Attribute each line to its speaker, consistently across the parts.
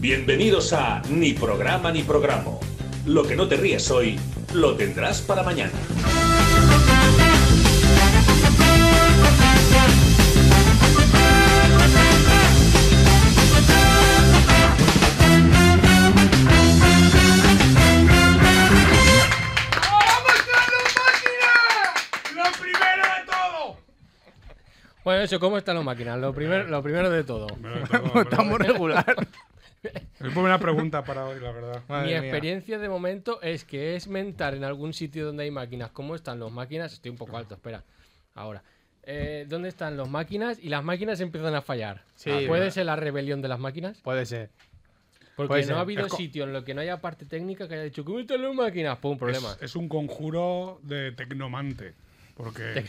Speaker 1: Bienvenidos a Ni programa ni programa. Lo que no te ríes hoy, lo tendrás para mañana.
Speaker 2: ¡Lo primero de todo!
Speaker 3: Bueno, eso, ¿cómo están las máquinas? Lo primero, lo primero de todo.
Speaker 4: Estamos regular.
Speaker 2: Es muy buena pregunta para hoy, la verdad.
Speaker 3: Mi
Speaker 4: Madre mía.
Speaker 3: experiencia de momento es que es mentar en algún sitio donde hay máquinas. ¿Cómo están las máquinas? Estoy un poco alto, espera. Ahora. Eh, ¿Dónde están las máquinas? Y las máquinas empiezan a fallar.
Speaker 4: Sí,
Speaker 3: Ah, ¿Puede
Speaker 4: bueno.
Speaker 3: ser la rebelión de las máquinas?
Speaker 4: Puede ser.
Speaker 3: Porque
Speaker 4: Puede
Speaker 3: no
Speaker 4: ser.
Speaker 3: ha habido
Speaker 4: Es co-
Speaker 3: sitio en lo que no haya parte técnica que haya dicho, ¿cómo están las máquinas? Pum, problema.
Speaker 2: Es, es un conjuro de tecnomante. Porque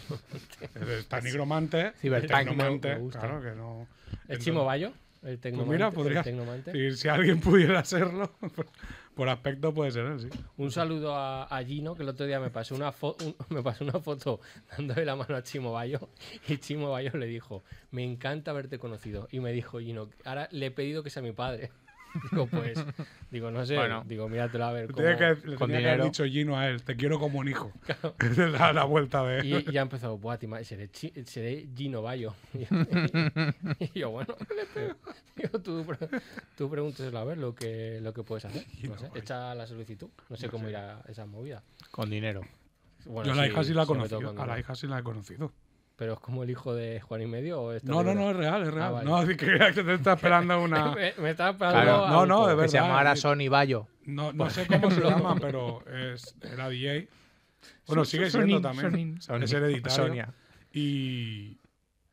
Speaker 2: está nigromante,
Speaker 4: Cyberpunk,
Speaker 3: me
Speaker 2: tecnomante,
Speaker 3: gusta.
Speaker 2: claro que no.
Speaker 3: ¿Es
Speaker 2: Entonces,
Speaker 3: Chimo Bayo? El
Speaker 2: pues
Speaker 3: tecnomante.
Speaker 2: mira,
Speaker 3: el
Speaker 2: podría.
Speaker 3: tecnomante.
Speaker 2: Si, si alguien pudiera serlo, por, por aspecto puede ser él, sí.
Speaker 3: Un saludo a, a Gino, que el otro día me pasó una, fo- un- me pasó una foto dándole la mano a Chimo Bayo y Chimo Bayo le dijo, me encanta haberte conocido. Y me dijo, Gino, ahora le he pedido que sea mi padre. Digo, pues, digo, no sé,
Speaker 4: Bueno.
Speaker 3: digo, míratelo a ver.
Speaker 2: Le
Speaker 3: Cómo...
Speaker 2: tenía que, le tenía
Speaker 4: con
Speaker 2: que haber
Speaker 4: dinero.
Speaker 2: dicho Gino a él, te quiero como un hijo. Es la, la vuelta de.
Speaker 3: Y, y ya empezó, buah, te ima- seré, Chi- seré Gino Bayo. Y yo, bueno, le pego. Digo, tú, pre- tú pregúnteselo a ver lo que, lo que puedes hacer. No sé, echa la solicitud. No sé cómo irá esa movida.
Speaker 4: Con dinero.
Speaker 3: Bueno,
Speaker 2: Yo a la
Speaker 3: sí,
Speaker 2: hija sí la he
Speaker 3: sobre todo
Speaker 2: conocido.
Speaker 3: cuando-
Speaker 2: A la hija sí la he conocido.
Speaker 3: Pero es como el hijo de Juan y medio o esto
Speaker 2: No,
Speaker 3: de
Speaker 2: no, no,
Speaker 3: verdad?
Speaker 2: es real, es real.
Speaker 3: Ah, vale.
Speaker 2: No, es que que te está esperando una.
Speaker 3: me, me estaba esperando.
Speaker 4: Claro.
Speaker 3: a
Speaker 2: No,
Speaker 3: un
Speaker 2: no,
Speaker 3: poco.
Speaker 2: de
Speaker 4: Que se
Speaker 2: verdad,
Speaker 4: llamara
Speaker 3: eh,
Speaker 2: sí.
Speaker 4: Sony Bayo.
Speaker 2: No,
Speaker 3: Pues.
Speaker 2: no sé cómo se llama, pero es, era DJ. Bueno, sigue
Speaker 4: Sonin,
Speaker 2: siendo también.
Speaker 4: Sonin, Sonin.
Speaker 2: es hereditario.
Speaker 4: Sonia.
Speaker 2: Y,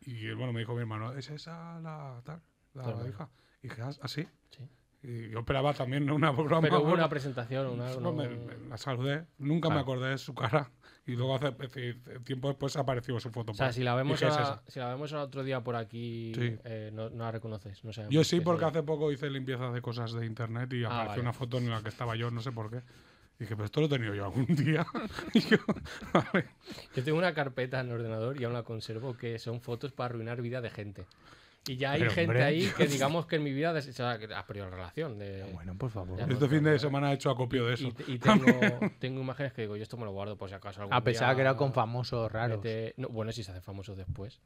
Speaker 2: y él, bueno, me dijo mi hermano, ¿es esa la tal? La
Speaker 3: Claro.
Speaker 2: hija. Y dije, ¿ah, sí?
Speaker 3: Sí.
Speaker 2: Y yo esperaba también una broma.
Speaker 3: Pero hubo
Speaker 2: bueno,
Speaker 3: una presentación, una.
Speaker 2: pues
Speaker 3: no-
Speaker 2: me- me- la saludé. Nunca me
Speaker 4: Vale.
Speaker 2: acordé de su cara. Y luego, hace, es decir, tiempo después, apareció su foto.
Speaker 3: O sea, si la vemos
Speaker 2: Dije, "Es
Speaker 3: ahora,
Speaker 2: esa".
Speaker 3: si la vemos ahora otro día por aquí,
Speaker 2: Sí.
Speaker 3: eh, no, no la reconoces. No sabemos
Speaker 2: Yo Pues sí,
Speaker 3: qué es
Speaker 2: porque
Speaker 3: ella.
Speaker 2: hace poco hice limpieza de cosas de internet y apareció
Speaker 3: Ah, vale.
Speaker 2: una foto en la que estaba yo, no sé por qué. Y dije, pero esto lo he tenido yo algún día. Y yo, vale.
Speaker 3: Yo tengo una carpeta en el ordenador y aún la conservo que son fotos para arruinar vida de gente. Y ya hay
Speaker 4: Pero,
Speaker 3: gente
Speaker 4: hombre.
Speaker 3: ahí que digamos que en mi vida des- o sea, que has perdido la relación. De,
Speaker 4: Bueno, por favor.
Speaker 3: Ya.
Speaker 2: Este fin de semana he hecho acopio de Ah, eso.
Speaker 3: y, y tengo, tengo imágenes que digo, yo esto me lo guardo por si acaso. Algún
Speaker 4: A pesar
Speaker 3: día
Speaker 4: que era con famosos raros.
Speaker 2: este,
Speaker 3: mete- no, bueno, si se hace famoso después.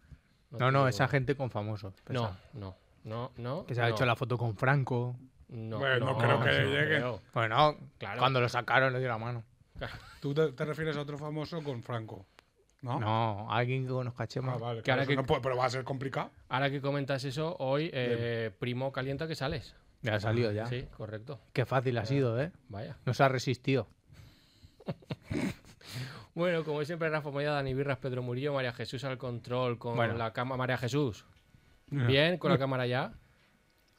Speaker 4: No,
Speaker 3: te
Speaker 4: no,
Speaker 3: digo-
Speaker 4: esa gente con famosos.
Speaker 3: No, no, no, no.
Speaker 4: Que se ha
Speaker 3: no,
Speaker 4: hecho la foto con Franco.
Speaker 3: No,
Speaker 2: Bueno,
Speaker 3: no,
Speaker 2: creo que
Speaker 3: no
Speaker 2: llegue.
Speaker 3: creo.
Speaker 4: Bueno,
Speaker 3: Claro.
Speaker 4: cuando lo sacaron le dio la mano.
Speaker 2: Tú te, te refieres a otro famoso con Franco, ¿no?
Speaker 4: No, alguien que conozca
Speaker 2: Ah,
Speaker 4: Chema.
Speaker 2: vale.
Speaker 3: Que ahora
Speaker 2: claro, eso
Speaker 3: que-
Speaker 2: no puede- pero va a ser complicado.
Speaker 3: Ahora que comentas eso, hoy eh, primo calienta que sales.
Speaker 4: Ya ha salido ya.
Speaker 3: Sí, correcto.
Speaker 4: Qué fácil ha sido, ¿eh?
Speaker 3: Vaya.
Speaker 4: No se ha resistido.
Speaker 3: Bueno, como siempre, Rafa Moya, Dani Birras, Pedro Murillo, María Jesús al control con
Speaker 4: Bueno.
Speaker 3: la cámara. María Jesús. Bien, con la cámara ya.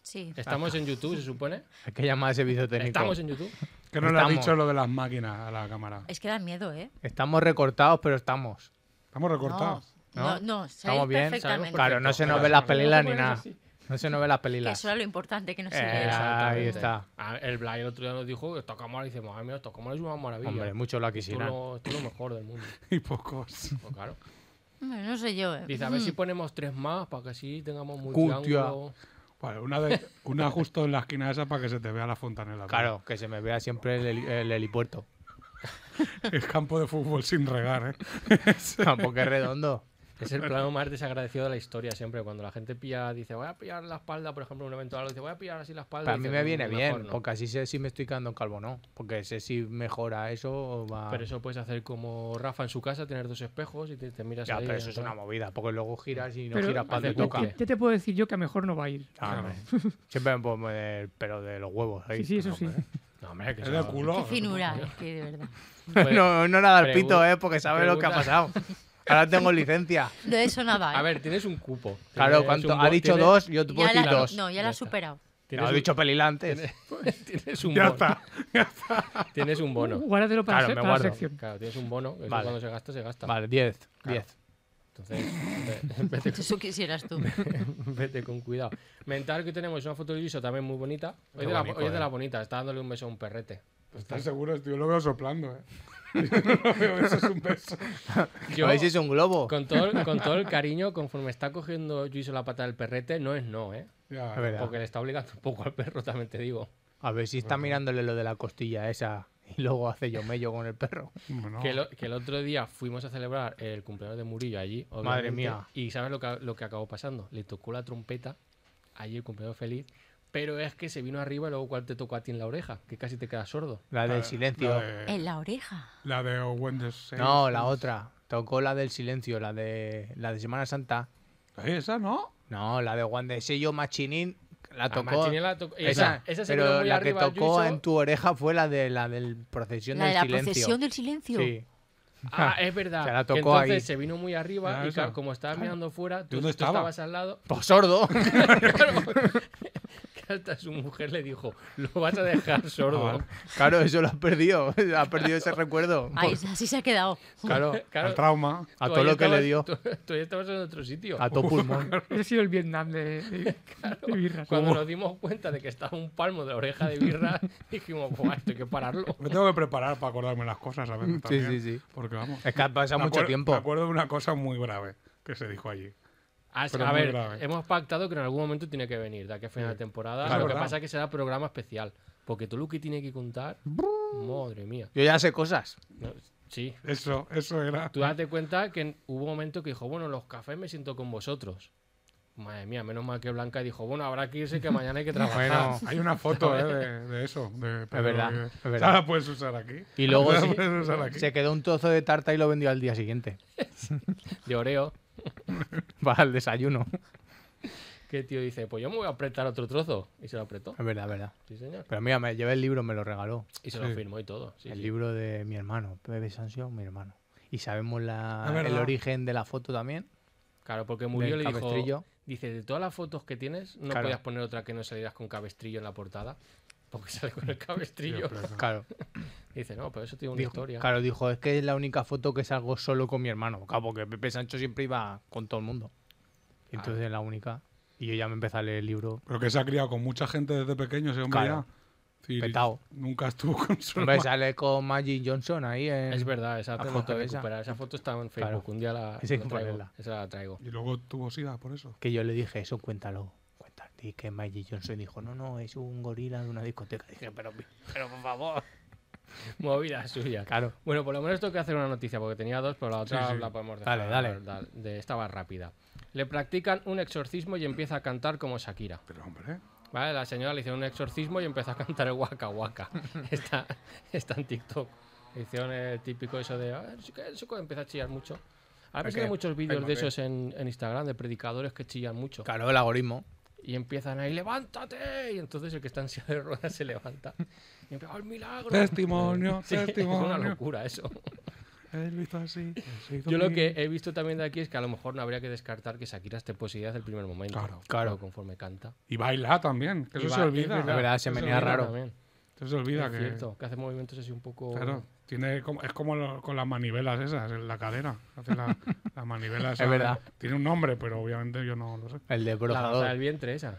Speaker 5: Sí.
Speaker 3: Estamos en YouTube, se supone.
Speaker 4: Hay que llamar a servicio técnico.
Speaker 3: Estamos en YouTube.
Speaker 2: Que no le has
Speaker 4: Estamos.
Speaker 2: dicho lo de las máquinas a la cámara.
Speaker 5: Es que da miedo, ¿eh?
Speaker 4: Estamos recortados, pero estamos.
Speaker 2: Estamos
Speaker 5: No,
Speaker 2: recortados.
Speaker 4: ¿No?
Speaker 5: no, no,
Speaker 4: Estamos
Speaker 5: sabéis
Speaker 4: bien.
Speaker 5: perfectamente.
Speaker 4: Claro, no se nos ven las pelilas ni nada. No se nos ven las
Speaker 5: Que
Speaker 4: pelilas.
Speaker 5: eso era lo importante, que no se
Speaker 4: Eh,
Speaker 5: vea eso.
Speaker 4: ahí
Speaker 3: Exactamente.
Speaker 4: está.
Speaker 3: Ah, El Blay el otro día nos dijo que esta cámara, y dice, madre mía, esta cámara es una maravilla.
Speaker 4: Hombre, mucho lo
Speaker 3: esto, es
Speaker 4: quisieran.
Speaker 3: lo, esto es lo mejor del mundo.
Speaker 2: Y pocos.
Speaker 3: Pues claro.
Speaker 5: Hombre, No sé yo, ¿eh?
Speaker 3: Dice, a ver
Speaker 5: Mm.
Speaker 3: si ponemos tres más para que así tengamos muy
Speaker 4: Cutia.
Speaker 3: triángulo.
Speaker 2: Vale, una, de- una justo en la esquina esa para que se te vea la fontanela. tío.
Speaker 4: Claro, que se me vea siempre el, heli- el helipuerto.
Speaker 2: El campo de fútbol sin regar, ¿eh?
Speaker 4: Porque es redondo.
Speaker 3: Es el plano más desagradecido de la historia siempre. Cuando la gente pilla, dice, voy a pillar la espalda, por ejemplo, en un evento o algo, dice, voy a pillar así la espalda.
Speaker 4: Para
Speaker 3: y
Speaker 4: mí
Speaker 3: dices,
Speaker 4: me
Speaker 3: "Mm,
Speaker 4: viene
Speaker 3: mejor
Speaker 4: bien,
Speaker 3: no".
Speaker 4: porque así sé si me estoy quedando calvo o no. Porque sé si mejora eso o va.
Speaker 3: Pero eso puedes hacer como Rafa en su casa, tener dos espejos y te, te miras
Speaker 4: ya,
Speaker 3: ahí.
Speaker 4: pero eso es
Speaker 3: ¿no?
Speaker 4: una movida, porque luego giras y no
Speaker 6: Pero-
Speaker 4: giras para
Speaker 3: Hace
Speaker 4: donde toca.
Speaker 3: bucle.
Speaker 6: Ya te puedo decir yo que a mejor no va a ir.
Speaker 4: Ah, hombre. Siempre me pongo el pelo de los huevos. ahí. ¿eh?
Speaker 6: Sí, sí, eso sí.
Speaker 3: No, hombre, que
Speaker 2: Es
Speaker 3: eso-
Speaker 2: de culo.
Speaker 5: Qué finura, es que de verdad.
Speaker 3: Pues,
Speaker 4: No, no nada al
Speaker 3: Pregun-
Speaker 4: pito, ¿eh? Porque sabe lo que ha
Speaker 3: pregunta-
Speaker 4: pasado. Ahora tengo licencia.
Speaker 5: De eso nada, ¿eh?
Speaker 3: A ver, tienes un cupo.
Speaker 4: Claro,
Speaker 3: Tienes
Speaker 4: cuanto
Speaker 3: un bo-
Speaker 4: ha dicho
Speaker 3: tienes-
Speaker 4: dos, yo te puedo
Speaker 5: ya
Speaker 4: decir
Speaker 5: la,
Speaker 4: dos.
Speaker 5: No, ya
Speaker 3: Ya
Speaker 5: la he
Speaker 3: está.
Speaker 5: superado.
Speaker 4: No,
Speaker 3: tienes
Speaker 4: he
Speaker 3: un-
Speaker 4: dicho pelilantes.
Speaker 3: Tienes un
Speaker 2: Ya
Speaker 3: bono.
Speaker 2: está. Uh,
Speaker 3: Tienes un bono.
Speaker 6: Guárdatelo para,
Speaker 4: Claro,
Speaker 6: se-
Speaker 4: me
Speaker 6: para la
Speaker 4: guardo.
Speaker 6: sección.
Speaker 3: Claro, tienes un bono. Eso
Speaker 4: Vale.
Speaker 3: cuando se gasta, se gasta.
Speaker 4: Vale, diez.
Speaker 3: Claro.
Speaker 4: Diez.
Speaker 3: Entonces, ve- vete,
Speaker 5: Pues Eso quisieras tú.
Speaker 3: vete con cuidado. Mental que tenemos una foto de Luiso también muy bonita. Hoy,
Speaker 4: Qué
Speaker 3: de la,
Speaker 4: bonito,
Speaker 3: hoy es de
Speaker 4: eh. Pues
Speaker 3: la bonita, está dándole un beso a un perrete.
Speaker 2: ¿Estás seguro? Yo lo veo soplando, ¿eh? No veo eso, es un beso.
Speaker 3: Yo,
Speaker 4: A ver si es un globo.
Speaker 3: con, todo, el- con todo el cariño, conforme está cogiendo Juicio la pata del perrete, no es no, ¿eh?
Speaker 2: Ya,
Speaker 4: A ver. Ya.
Speaker 3: Porque le está obligando un poco al perro, también te digo.
Speaker 4: A ver si está mirándole lo de la costilla esa y luego hace yo mello con el perro.
Speaker 2: bueno,
Speaker 3: Que, lo- que el otro día fuimos a celebrar el cumpleaños de Murillo allí. obviamente,
Speaker 4: mía.
Speaker 3: Y ¿sabes lo que, lo que acabó pasando? Le tocó la trompeta allí el cumpleaños feliz. Pero es que se vino arriba y luego cuál te tocó a ti en la oreja, que casi te quedas sordo.
Speaker 4: La del
Speaker 2: La
Speaker 4: silencio.
Speaker 2: de,
Speaker 5: En Eh, la oreja.
Speaker 2: la de Oh, When the Saints-
Speaker 4: No, la otra. Tocó la del silencio, la de la de Semana Santa.
Speaker 2: Esa, ¿no?
Speaker 4: No, la de Juan de Sello Machinin la tocó.
Speaker 3: Además, tiene Ah, la to-
Speaker 4: Esa,
Speaker 3: esa se quedó
Speaker 4: pero
Speaker 3: muy
Speaker 4: la que
Speaker 3: arriba,
Speaker 4: tocó
Speaker 3: Yuiso.
Speaker 4: en tu oreja fue la de la del procesión
Speaker 5: La de
Speaker 4: del
Speaker 5: la
Speaker 4: silencio.
Speaker 5: procesión del silencio.
Speaker 4: Sí.
Speaker 3: Ah, es verdad.
Speaker 4: Se la
Speaker 3: que
Speaker 4: tocó
Speaker 3: entonces
Speaker 4: ahí. Ah,
Speaker 3: se vino muy arriba
Speaker 2: Claro,
Speaker 3: y claro,
Speaker 2: eso.
Speaker 3: como estabas mirando fuera, tú,
Speaker 2: dónde
Speaker 3: tú
Speaker 2: estaba?
Speaker 3: estabas al lado.
Speaker 4: Pues sordo.
Speaker 3: Claro, que hasta su mujer le dijo, lo vas a dejar
Speaker 4: Ah,
Speaker 3: sordo.
Speaker 4: claro, eso lo has perdido. Ha perdido ese recuerdo.
Speaker 5: Ahí, así se ha quedado.
Speaker 4: Claro,
Speaker 3: Claro,
Speaker 2: El trauma.
Speaker 4: a
Speaker 3: tú
Speaker 4: todo
Speaker 3: ahí
Speaker 4: lo que le
Speaker 3: estabas-
Speaker 4: dio.
Speaker 3: Tú, tú ahí estabas en otro sitio.
Speaker 4: A todo pulmón.
Speaker 6: Ese ha sido el Vietnam de, de, de birras.
Speaker 3: Cuando nos dimos cuenta de que estaba un palmo de la oreja de birra, dijimos, "Buah, esto hay que pararlo.
Speaker 2: Me tengo que preparar para acordarme las cosas, ¿sabes?
Speaker 4: Sí,
Speaker 2: También,
Speaker 4: sí, sí.
Speaker 2: Porque vamos.
Speaker 4: Es que ha pasado
Speaker 2: me
Speaker 4: mucho
Speaker 2: acuerdo-
Speaker 4: tiempo.
Speaker 2: Me acuerdo de una cosa muy grave que se dijo allí.
Speaker 3: Ah, sí,
Speaker 2: Pero
Speaker 3: a
Speaker 2: muy
Speaker 3: ver,
Speaker 2: grave.
Speaker 3: hemos pactado que en algún momento tiene que venir, de aquí a final de temporada.
Speaker 2: Claro,
Speaker 3: lo que
Speaker 2: claro.
Speaker 3: pasa es que será programa especial. Porque tú lo que tiene que contar, madre mía.
Speaker 4: Yo ya sé cosas.
Speaker 3: No, sí.
Speaker 2: Eso, eso era.
Speaker 4: Eh.
Speaker 3: Tú date cuenta que en- hubo un momento que dijo, bueno, los cafés me siento con vosotros. Madre mía, menos mal que Blanca dijo, bueno, habrá que irse que mañana hay que trabajar.
Speaker 4: Bueno,
Speaker 2: Hay una foto eh, de, de eso. De Pedro
Speaker 4: verdad,
Speaker 2: Vives.
Speaker 4: es verdad.
Speaker 2: Ahora puedes usar aquí.
Speaker 4: Y luego
Speaker 2: Ahora
Speaker 4: sí,
Speaker 2: puedes usar aquí.
Speaker 4: se quedó un trozo de tarta y lo vendió al día siguiente.
Speaker 3: De Oreo,
Speaker 4: Para el desayuno.
Speaker 3: que el tío dice, pues yo me voy a apretar otro trozo. Y se lo apretó.
Speaker 4: Es verdad, es verdad.
Speaker 3: Sí, señor.
Speaker 4: Pero mira, me llevé el libro, me lo regaló.
Speaker 3: Y se lo firmó y todo. sí,
Speaker 4: el
Speaker 3: sí.
Speaker 4: libro de mi hermano, Pepe Sancio, mi hermano. Y sabemos la-
Speaker 2: Es Ah, verdad.
Speaker 4: el origen de la foto también.
Speaker 3: Claro, porque murió
Speaker 4: del
Speaker 3: le dijo,
Speaker 4: cabestrillo.
Speaker 3: dice, de todas las fotos que tienes, no
Speaker 4: Claro.
Speaker 3: podías poner otra que no salieras con cabestrillo en la portada. Porque sale con el cabestrillo.
Speaker 4: Claro,
Speaker 3: Dice, no, pero eso tiene una
Speaker 4: dijo,
Speaker 3: historia.
Speaker 4: claro, dijo, es que es la única foto que salgo solo con mi hermano. Claro, porque Pepe Sancho siempre iba con todo el mundo. Y Entonces la única. Y yo ya me empecé a leer el libro.
Speaker 2: Pero que se ha criado con mucha gente desde pequeño ese hombre
Speaker 4: Claro.
Speaker 2: ya. Sí,
Speaker 4: Petao.
Speaker 2: Nunca estuvo con su
Speaker 4: Hombre,
Speaker 2: hermano.
Speaker 4: sale con Magic Johnson ahí. en-
Speaker 3: Es verdad, esa
Speaker 4: La
Speaker 3: tengo que
Speaker 4: foto esa.
Speaker 3: recuperar. Esa foto está en Facebook. Un día la,
Speaker 4: Esa hay
Speaker 3: la
Speaker 4: que
Speaker 3: traigo.
Speaker 4: ponerla.
Speaker 3: Esa la traigo.
Speaker 2: Y luego tuvo sida por eso.
Speaker 4: Que yo le dije, eso cuéntalo. Cuéntalo. Y que Magic Johnson dijo, no, no, es un gorila de una discoteca. Dije, pero, pero por favor.
Speaker 3: Movida suya.
Speaker 4: Claro.
Speaker 3: Bueno, por lo menos tengo que hacer una noticia porque tenía dos, pero la otra
Speaker 2: Sí, sí.
Speaker 3: la podemos dejar.
Speaker 4: Dale, dale.
Speaker 3: dal- De, esta va rápida. Le practican un exorcismo y empieza a cantar como Shakira.
Speaker 2: Pero hombre,
Speaker 3: ¿Vale? La señora le hicieron un exorcismo y empezó a cantar el Waka Waka. Está, está en TikTok. Le Hicieron el típico eso de. "Ah, no sé qué, no sé cuál", Empieza a chillar mucho. Ahora me
Speaker 4: Es
Speaker 3: salen
Speaker 4: que
Speaker 3: muchos vídeos
Speaker 4: hay
Speaker 3: de
Speaker 4: más que-
Speaker 3: esos en, en Instagram de predicadores que chillan mucho.
Speaker 4: Claro, el algoritmo.
Speaker 3: Y empiezan ahí, levántate. Y entonces el que está en silla de ruedas se levanta. Y empieza, "¡Oh, el milagro!
Speaker 2: testimonio,
Speaker 3: Sí, es una
Speaker 2: testimonio.
Speaker 3: locura eso.
Speaker 2: Él hizo así. él hizo
Speaker 3: Yo lo
Speaker 2: así.
Speaker 3: que he visto también de aquí es que a lo mejor no habría que descartar que Shakira esté poseída desde el primer momento.
Speaker 2: Claro,
Speaker 4: claro.
Speaker 3: Pero conforme canta.
Speaker 2: Y baila también, que eso
Speaker 3: Y va-
Speaker 2: se
Speaker 3: es
Speaker 2: olvida.
Speaker 4: La verdad, se
Speaker 2: Eso
Speaker 4: menea
Speaker 2: olvida.
Speaker 4: raro.
Speaker 3: También.
Speaker 2: Eso se olvida
Speaker 3: es
Speaker 2: que.
Speaker 3: cierto, que hace movimientos así un poco.
Speaker 2: Claro. Tiene como, es como lo- con las manivelas esas, en la cadera. Hace la, las manivelas.
Speaker 4: Es
Speaker 2: ¿sabes?
Speaker 4: verdad.
Speaker 2: Tiene un nombre, pero obviamente yo no lo sé.
Speaker 4: El
Speaker 3: La
Speaker 4: desbrozador.
Speaker 3: danza del vientre esa.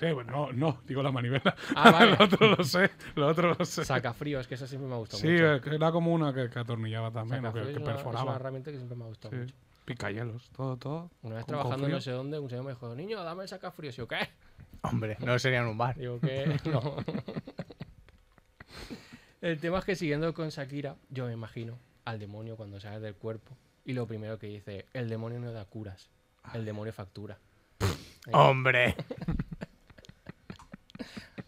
Speaker 2: Eh, bueno, no, no, digo la manivela.
Speaker 3: Ah, vale.
Speaker 2: lo otro lo sé. Lo otro lo sé.
Speaker 3: Saca frío, es que esa siempre me ha gustado
Speaker 2: Sí,
Speaker 3: mucho.
Speaker 2: eh, que era como una que, que atornillaba también, o
Speaker 3: Sacafrío
Speaker 2: que,
Speaker 3: es
Speaker 2: que
Speaker 3: una- es una,
Speaker 2: perforaba.
Speaker 3: herramienta que siempre me ha gustado
Speaker 2: Sí.
Speaker 3: mucho.
Speaker 2: Picayelos, todo, todo.
Speaker 3: Una vez
Speaker 2: con- con
Speaker 3: trabajando
Speaker 2: frío.
Speaker 3: no sé dónde, un señor me dijo, niño, dame el sacafrío. Y yo, ¿qué?
Speaker 4: Hombre, no sería en un bar.
Speaker 3: Digo que no. El tema es que siguiendo con Shakira, yo me imagino al demonio cuando sale del cuerpo y lo primero que dice, el demonio no da curas, el demonio factura.
Speaker 4: Hombre.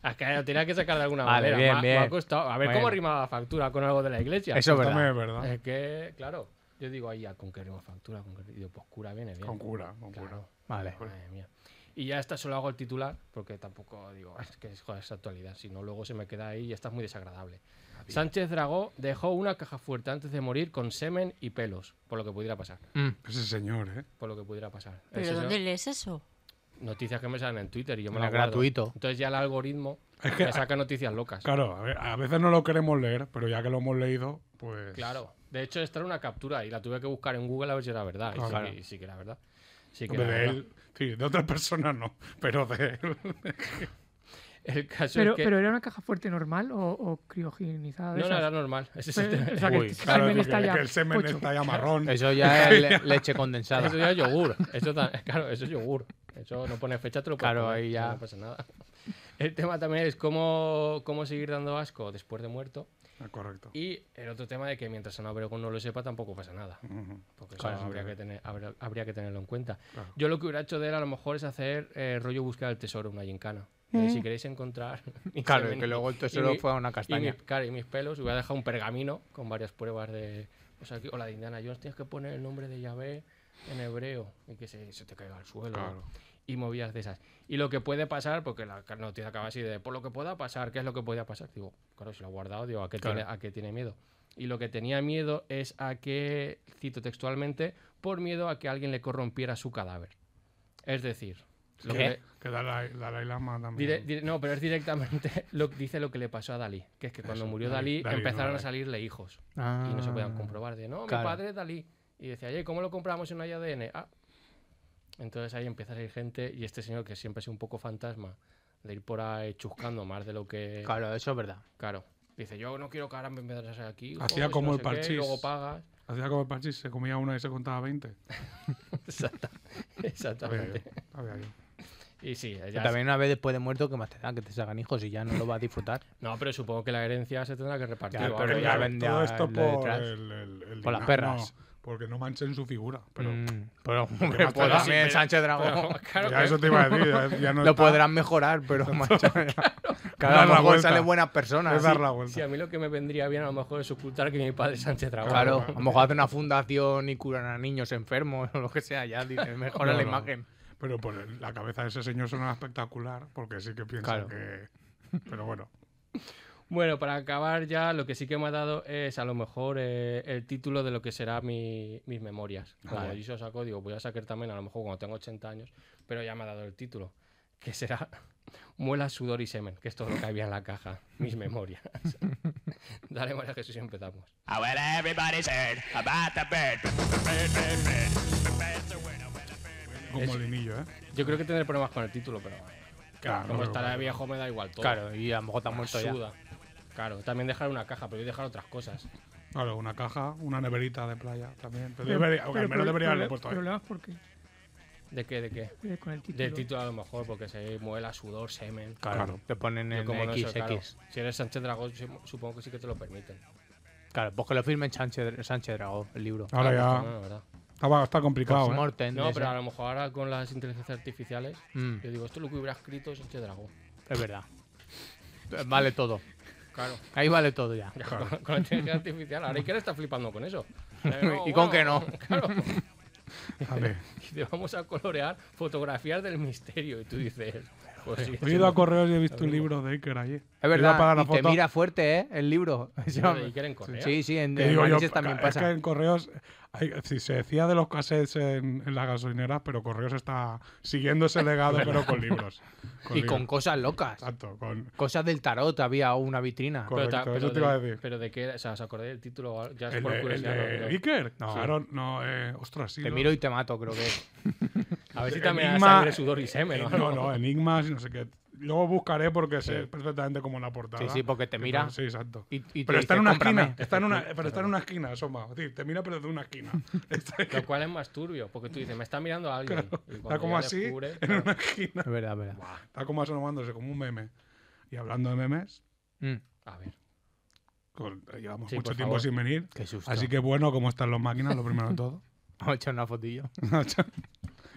Speaker 3: Ah, Es que lo tenía que sacar de alguna
Speaker 4: Vale,
Speaker 3: manera. me,
Speaker 4: bien,
Speaker 3: ha- me
Speaker 4: bien.
Speaker 3: ha costado. A ver,
Speaker 4: Bueno.
Speaker 3: ¿cómo rima factura con algo de la iglesia?
Speaker 4: Eso es
Speaker 2: Esto me
Speaker 4: verdad.
Speaker 2: es verdad.
Speaker 3: Es que, claro, yo digo ahí, "Ah, ¿con qué rima factura? ¿Con qué-?" Y digo, pues cura viene bien.
Speaker 2: Con cura, con
Speaker 3: Claro.
Speaker 2: cura. pues.
Speaker 4: Vale.
Speaker 3: Madre mía. Y ya esta solo hago el titular, porque tampoco digo, es que es, joder, es actualidad, si no luego se me queda ahí y esta es muy desagradable. Sánchez Dragó dejó una caja fuerte antes de morir con semen y pelos, por lo que pudiera pasar.
Speaker 4: Mm.
Speaker 2: Ese señor, ¿eh?
Speaker 3: Por lo que pudiera pasar.
Speaker 5: ¿Pero
Speaker 3: Eso son
Speaker 5: dónde lees eso?
Speaker 3: Noticias que me salen en Twitter y yo me
Speaker 4: Bueno,
Speaker 3: las guardo.
Speaker 4: gratuito.
Speaker 3: Entonces ya el algoritmo
Speaker 2: Es que-
Speaker 3: me saca noticias locas.
Speaker 2: Claro, a, ver, a veces no lo queremos leer, pero ya que lo hemos leído, pues.
Speaker 3: Claro. De hecho, esta era una captura y la tuve que buscar en Google a ver si era verdad. Y sí
Speaker 2: Claro.
Speaker 3: que- Y sí que era verdad. Sí que
Speaker 2: Hombre,
Speaker 3: era
Speaker 2: de
Speaker 3: verdad.
Speaker 2: él, sí, de otra persona no, pero de él.
Speaker 3: El caso
Speaker 6: Pero,
Speaker 3: es que.
Speaker 6: pero era una caja fuerte normal o, o criogenizada. de
Speaker 3: no, no,
Speaker 6: esas?
Speaker 3: era normal. Ese es el tema.
Speaker 6: Eh, o sea, que
Speaker 4: Uy,
Speaker 6: el
Speaker 2: Claro,
Speaker 6: semen
Speaker 2: porque
Speaker 6: está ya
Speaker 2: que el semen
Speaker 6: pocho.
Speaker 2: está ya marrón.
Speaker 4: Eso ya es le- leche condensada.
Speaker 3: Eso ya es yogur. Eso ta- claro, eso es yogur. Eso no pone fecha, te lo puedes
Speaker 4: Claro,
Speaker 3: comer,
Speaker 4: ahí ya.
Speaker 3: No pasa nada. El tema también es cómo, cómo seguir dando asco después de muerto.
Speaker 2: Ah, correcto.
Speaker 3: Y el otro tema de que mientras Ana Obregón no lo sepa, tampoco pasa nada.
Speaker 2: Ujú.
Speaker 3: Porque eso
Speaker 4: Claro,
Speaker 3: habría, que tener, habría, habría que tenerlo en cuenta.
Speaker 2: Claro.
Speaker 3: Yo lo que hubiera hecho de él a lo mejor es hacer eh, rollo búsqueda del tesoro, una gincana. De Si queréis encontrar. mi
Speaker 4: Claro, y
Speaker 3: semen
Speaker 4: que
Speaker 3: y-
Speaker 4: luego el
Speaker 3: y
Speaker 4: tesoro
Speaker 3: mi-
Speaker 4: fue a una
Speaker 3: y mis,
Speaker 4: castaña.
Speaker 3: claro, y mis pelos, hubiera dejado un pergamino con varias pruebas de. O sea, que- o la de Indiana Jones, tienes que poner el nombre de Yahvé en hebreo y que se, se te caiga al suelo.
Speaker 2: Claro.
Speaker 3: Y movidas de esas. Y lo que puede pasar, porque la ca- noticia acaba así de por lo que pueda pasar, ¿qué es lo que podía pasar? Digo, claro, si lo ha guardado, digo, ¿a qué, tiene, ¿a qué tiene miedo? Y lo que tenía miedo es a que, cito textualmente, por miedo a que alguien le corrompiera su cadáver. Es decir, lo
Speaker 4: ¿Qué?
Speaker 3: que-
Speaker 2: Que Dalai, Dalai Lama también.
Speaker 3: Dire- dire- no, pero es directamente lo dice lo que le pasó a Dalí, que es que cuando murió Dalí,
Speaker 2: Dalí, Dalí, no,
Speaker 3: empezaron a
Speaker 2: Dalí.
Speaker 3: salirle hijos
Speaker 4: Ah.
Speaker 3: y no se podían comprobar de no, mi
Speaker 4: Mm. claro.
Speaker 3: padre es Dalí y decía, "Oye, ¿cómo lo compramos en una ADN?" Ah. Entonces ahí empieza a salir gente y este señor que siempre es un poco fantasma de ir por ahí chuscando más de lo que claro,
Speaker 4: Claro, eso es verdad.
Speaker 3: dice, "Yo no quiero que ahora me metas aquí."
Speaker 2: Hacía
Speaker 3: joder, si
Speaker 2: como
Speaker 3: no
Speaker 2: el
Speaker 3: sé qué, y
Speaker 2: parchís.
Speaker 3: luego pagas.
Speaker 2: Hacía como el parchís, se comía una y se contaba 20.
Speaker 3: Exacta-
Speaker 2: Sabía yo,
Speaker 3: Exactamente.
Speaker 2: sabía yo.
Speaker 3: Y sí, ya
Speaker 4: Pero también una vez después de muerto, que más te da que te sacan hijos y ya no lo vas a disfrutar?
Speaker 3: No, pero supongo que la herencia se tendrá que repartir.
Speaker 4: Ya,
Speaker 3: o
Speaker 4: pero
Speaker 3: algo.
Speaker 4: ya
Speaker 2: Claro,
Speaker 4: vende
Speaker 2: todo
Speaker 4: a
Speaker 2: esto
Speaker 4: lo
Speaker 2: por
Speaker 4: detrás.
Speaker 2: el- el- el
Speaker 4: Por las
Speaker 2: linaje,
Speaker 4: perras.
Speaker 2: no, porque no manchen su figura. Pero
Speaker 4: Mm, pero
Speaker 2: más
Speaker 4: hombre,
Speaker 2: te
Speaker 4: pues
Speaker 2: da?
Speaker 4: también
Speaker 3: Sí,
Speaker 4: Sánchez
Speaker 3: Pero,
Speaker 4: Dragón.
Speaker 3: claro,
Speaker 2: ya
Speaker 3: pero-
Speaker 2: eso te iba a decir. ya- ya no
Speaker 4: Lo
Speaker 2: está.
Speaker 4: podrán mejorar, pero macho,
Speaker 2: dar la
Speaker 4: cada mejor
Speaker 2: vuelta.
Speaker 4: salen buenas
Speaker 2: Es
Speaker 4: personas.
Speaker 2: dar la
Speaker 3: Sí,
Speaker 2: vuelta.
Speaker 3: a mí lo que me vendría bien a lo mejor es ocultar que mi padre es Sánchez Dragón.
Speaker 4: Claro, a lo mejor hacen una fundación y curan a niños enfermos o lo que sea, ya dicen, mejora
Speaker 2: No,
Speaker 4: la
Speaker 2: no.
Speaker 4: imagen.
Speaker 2: Pero por el- la cabeza de ese señor suena espectacular, porque sí que piensa
Speaker 4: Claro.
Speaker 2: que. Pero bueno,
Speaker 3: Bueno, para acabar ya, lo que sí que me ha dado es a lo mejor eh, el título de lo que será mi- mis memorias. Como
Speaker 4: Ah, Vale.
Speaker 3: yo se lo saco, digo, voy a sacar también a lo mejor cuando tengo 80 años, pero ya me ha dado el título, que será Muela, sudor y semen, que es todo lo que había en la caja, mis memorias. Dale, María Jesús, y empezamos.
Speaker 2: como molinillo, ¿eh?
Speaker 3: Yo creo que tendré problemas con el título, pero
Speaker 2: Claro,
Speaker 3: como
Speaker 2: pero
Speaker 3: estará de
Speaker 2: bueno.
Speaker 3: viejo me da igual todo.
Speaker 4: Claro, y a lo mejor te han
Speaker 3: Me
Speaker 4: muerto ya.
Speaker 3: suda. Claro, también dejar una caja, pero yo dejar otras cosas.
Speaker 2: Claro, una caja, una neverita de playa también. Pero
Speaker 6: Pero-
Speaker 2: debería, aunque
Speaker 6: pero
Speaker 2: al menos
Speaker 6: pro-
Speaker 2: debería haberle
Speaker 6: prole-
Speaker 2: puesto ahí.
Speaker 6: problemas porque
Speaker 3: ¿De qué? ¿De qué?
Speaker 6: eh, con el título.
Speaker 3: Del título a lo mejor, porque se muela, sudor, semen.
Speaker 4: Claro,
Speaker 2: Claro.
Speaker 4: te ponen
Speaker 3: Yo
Speaker 4: en
Speaker 3: como no sé,
Speaker 4: XX.
Speaker 3: claro,
Speaker 4: Claro.
Speaker 3: Si eres Sánchez Dragón, sí, supongo que sí que te lo permiten.
Speaker 4: pues que lo firmen Sánchez, Sánchez Dragón, el libro.
Speaker 2: Ahora
Speaker 3: Ah, pues
Speaker 2: ya
Speaker 3: no, la verdad.
Speaker 2: estaba, está complicado, ¿eh?
Speaker 4: Postmortem de
Speaker 3: No, pero
Speaker 4: ese.
Speaker 3: a lo mejor ahora con las inteligencias artificiales,
Speaker 4: Mm.
Speaker 3: yo digo, esto es lo que hubiera escrito Sánchez Dragón.
Speaker 4: Es verdad. Eh, Vale todo.
Speaker 3: Claro.
Speaker 4: Ahí vale todo ya.
Speaker 3: Ya, Con, con la inteligencia artificial, ahora Iker está flipando con eso. Eh, no,
Speaker 4: ¿Y con
Speaker 3: bueno,
Speaker 4: qué no?
Speaker 3: Claro.
Speaker 2: A ver.
Speaker 3: Y te vamos a colorear fotografías del misterio. Y tú dices, pues sí.
Speaker 2: He ido a correos y he visto un libro de Iker ayer.
Speaker 4: Es
Speaker 2: Iba a pagar
Speaker 4: verdad,
Speaker 2: la
Speaker 4: y te
Speaker 2: foto.
Speaker 4: mira fuerte, ¿eh? El libro.
Speaker 3: de Iker en Correa.
Speaker 4: Sí, sí, en,
Speaker 2: Que
Speaker 4: en
Speaker 2: digo yo,
Speaker 4: Manises también
Speaker 2: es
Speaker 4: pasa.
Speaker 2: que en correos, hay- si se decía de los cassettes en, en las gasolineras, pero correos está siguiendo ese legado, pero con libros.
Speaker 4: Y con
Speaker 2: libros.
Speaker 4: cosas locas.
Speaker 2: Exacto, con.
Speaker 4: Cosas del tarot había una vitrina.
Speaker 2: Co- correcto,
Speaker 3: ta-
Speaker 2: eso te iba a
Speaker 3: de,
Speaker 2: decir.
Speaker 3: pero de qué, era? o sea, ¿os acordáis del título? o algo? Ya es
Speaker 2: El
Speaker 3: por
Speaker 2: de, el
Speaker 3: curiosidad.
Speaker 2: de
Speaker 3: lo- lo-
Speaker 2: Iker.
Speaker 4: Sí.
Speaker 2: Claro, no, eh, ostras, sí.
Speaker 4: Te
Speaker 2: ¿no?
Speaker 4: miro y te mato, creo que es.
Speaker 3: a ver si
Speaker 2: el
Speaker 3: también hay
Speaker 2: enigma-
Speaker 3: sangre, sudor y semen.
Speaker 2: Eh,
Speaker 3: o
Speaker 2: no,
Speaker 3: algo.
Speaker 2: no, enigmas y no sé qué. Luego buscaré porque sé perfectamente cómo la portada.
Speaker 4: Sí, sí, porque te
Speaker 2: Que
Speaker 4: mira
Speaker 2: tal, Sí, exacto.
Speaker 4: Y, y te
Speaker 2: pero está
Speaker 4: dice,
Speaker 2: en una
Speaker 4: "Cómprame".
Speaker 2: esquina. Está en una, pero está en una esquina, Soma. Es decir, te mira pero de una esquina. Está,
Speaker 3: Lo cual es más turbio, porque tú dices, me está mirando alguien. y cuando
Speaker 2: está como
Speaker 3: ya
Speaker 2: así,
Speaker 3: descubre,
Speaker 2: en
Speaker 3: claro,
Speaker 2: una esquina.
Speaker 4: Es verdad, es verdad.
Speaker 2: Está como asomándose, como un meme. Y hablando de memes,
Speaker 4: Mm,
Speaker 3: A ver,
Speaker 2: con- eh, llevamos
Speaker 3: Sí,
Speaker 2: mucho
Speaker 3: por
Speaker 2: tiempo
Speaker 3: favor.
Speaker 2: sin venir.
Speaker 4: qué susto.
Speaker 2: Así que bueno, como están las máquinas, lo primero de todo.
Speaker 4: Vamos a echar una fotillo.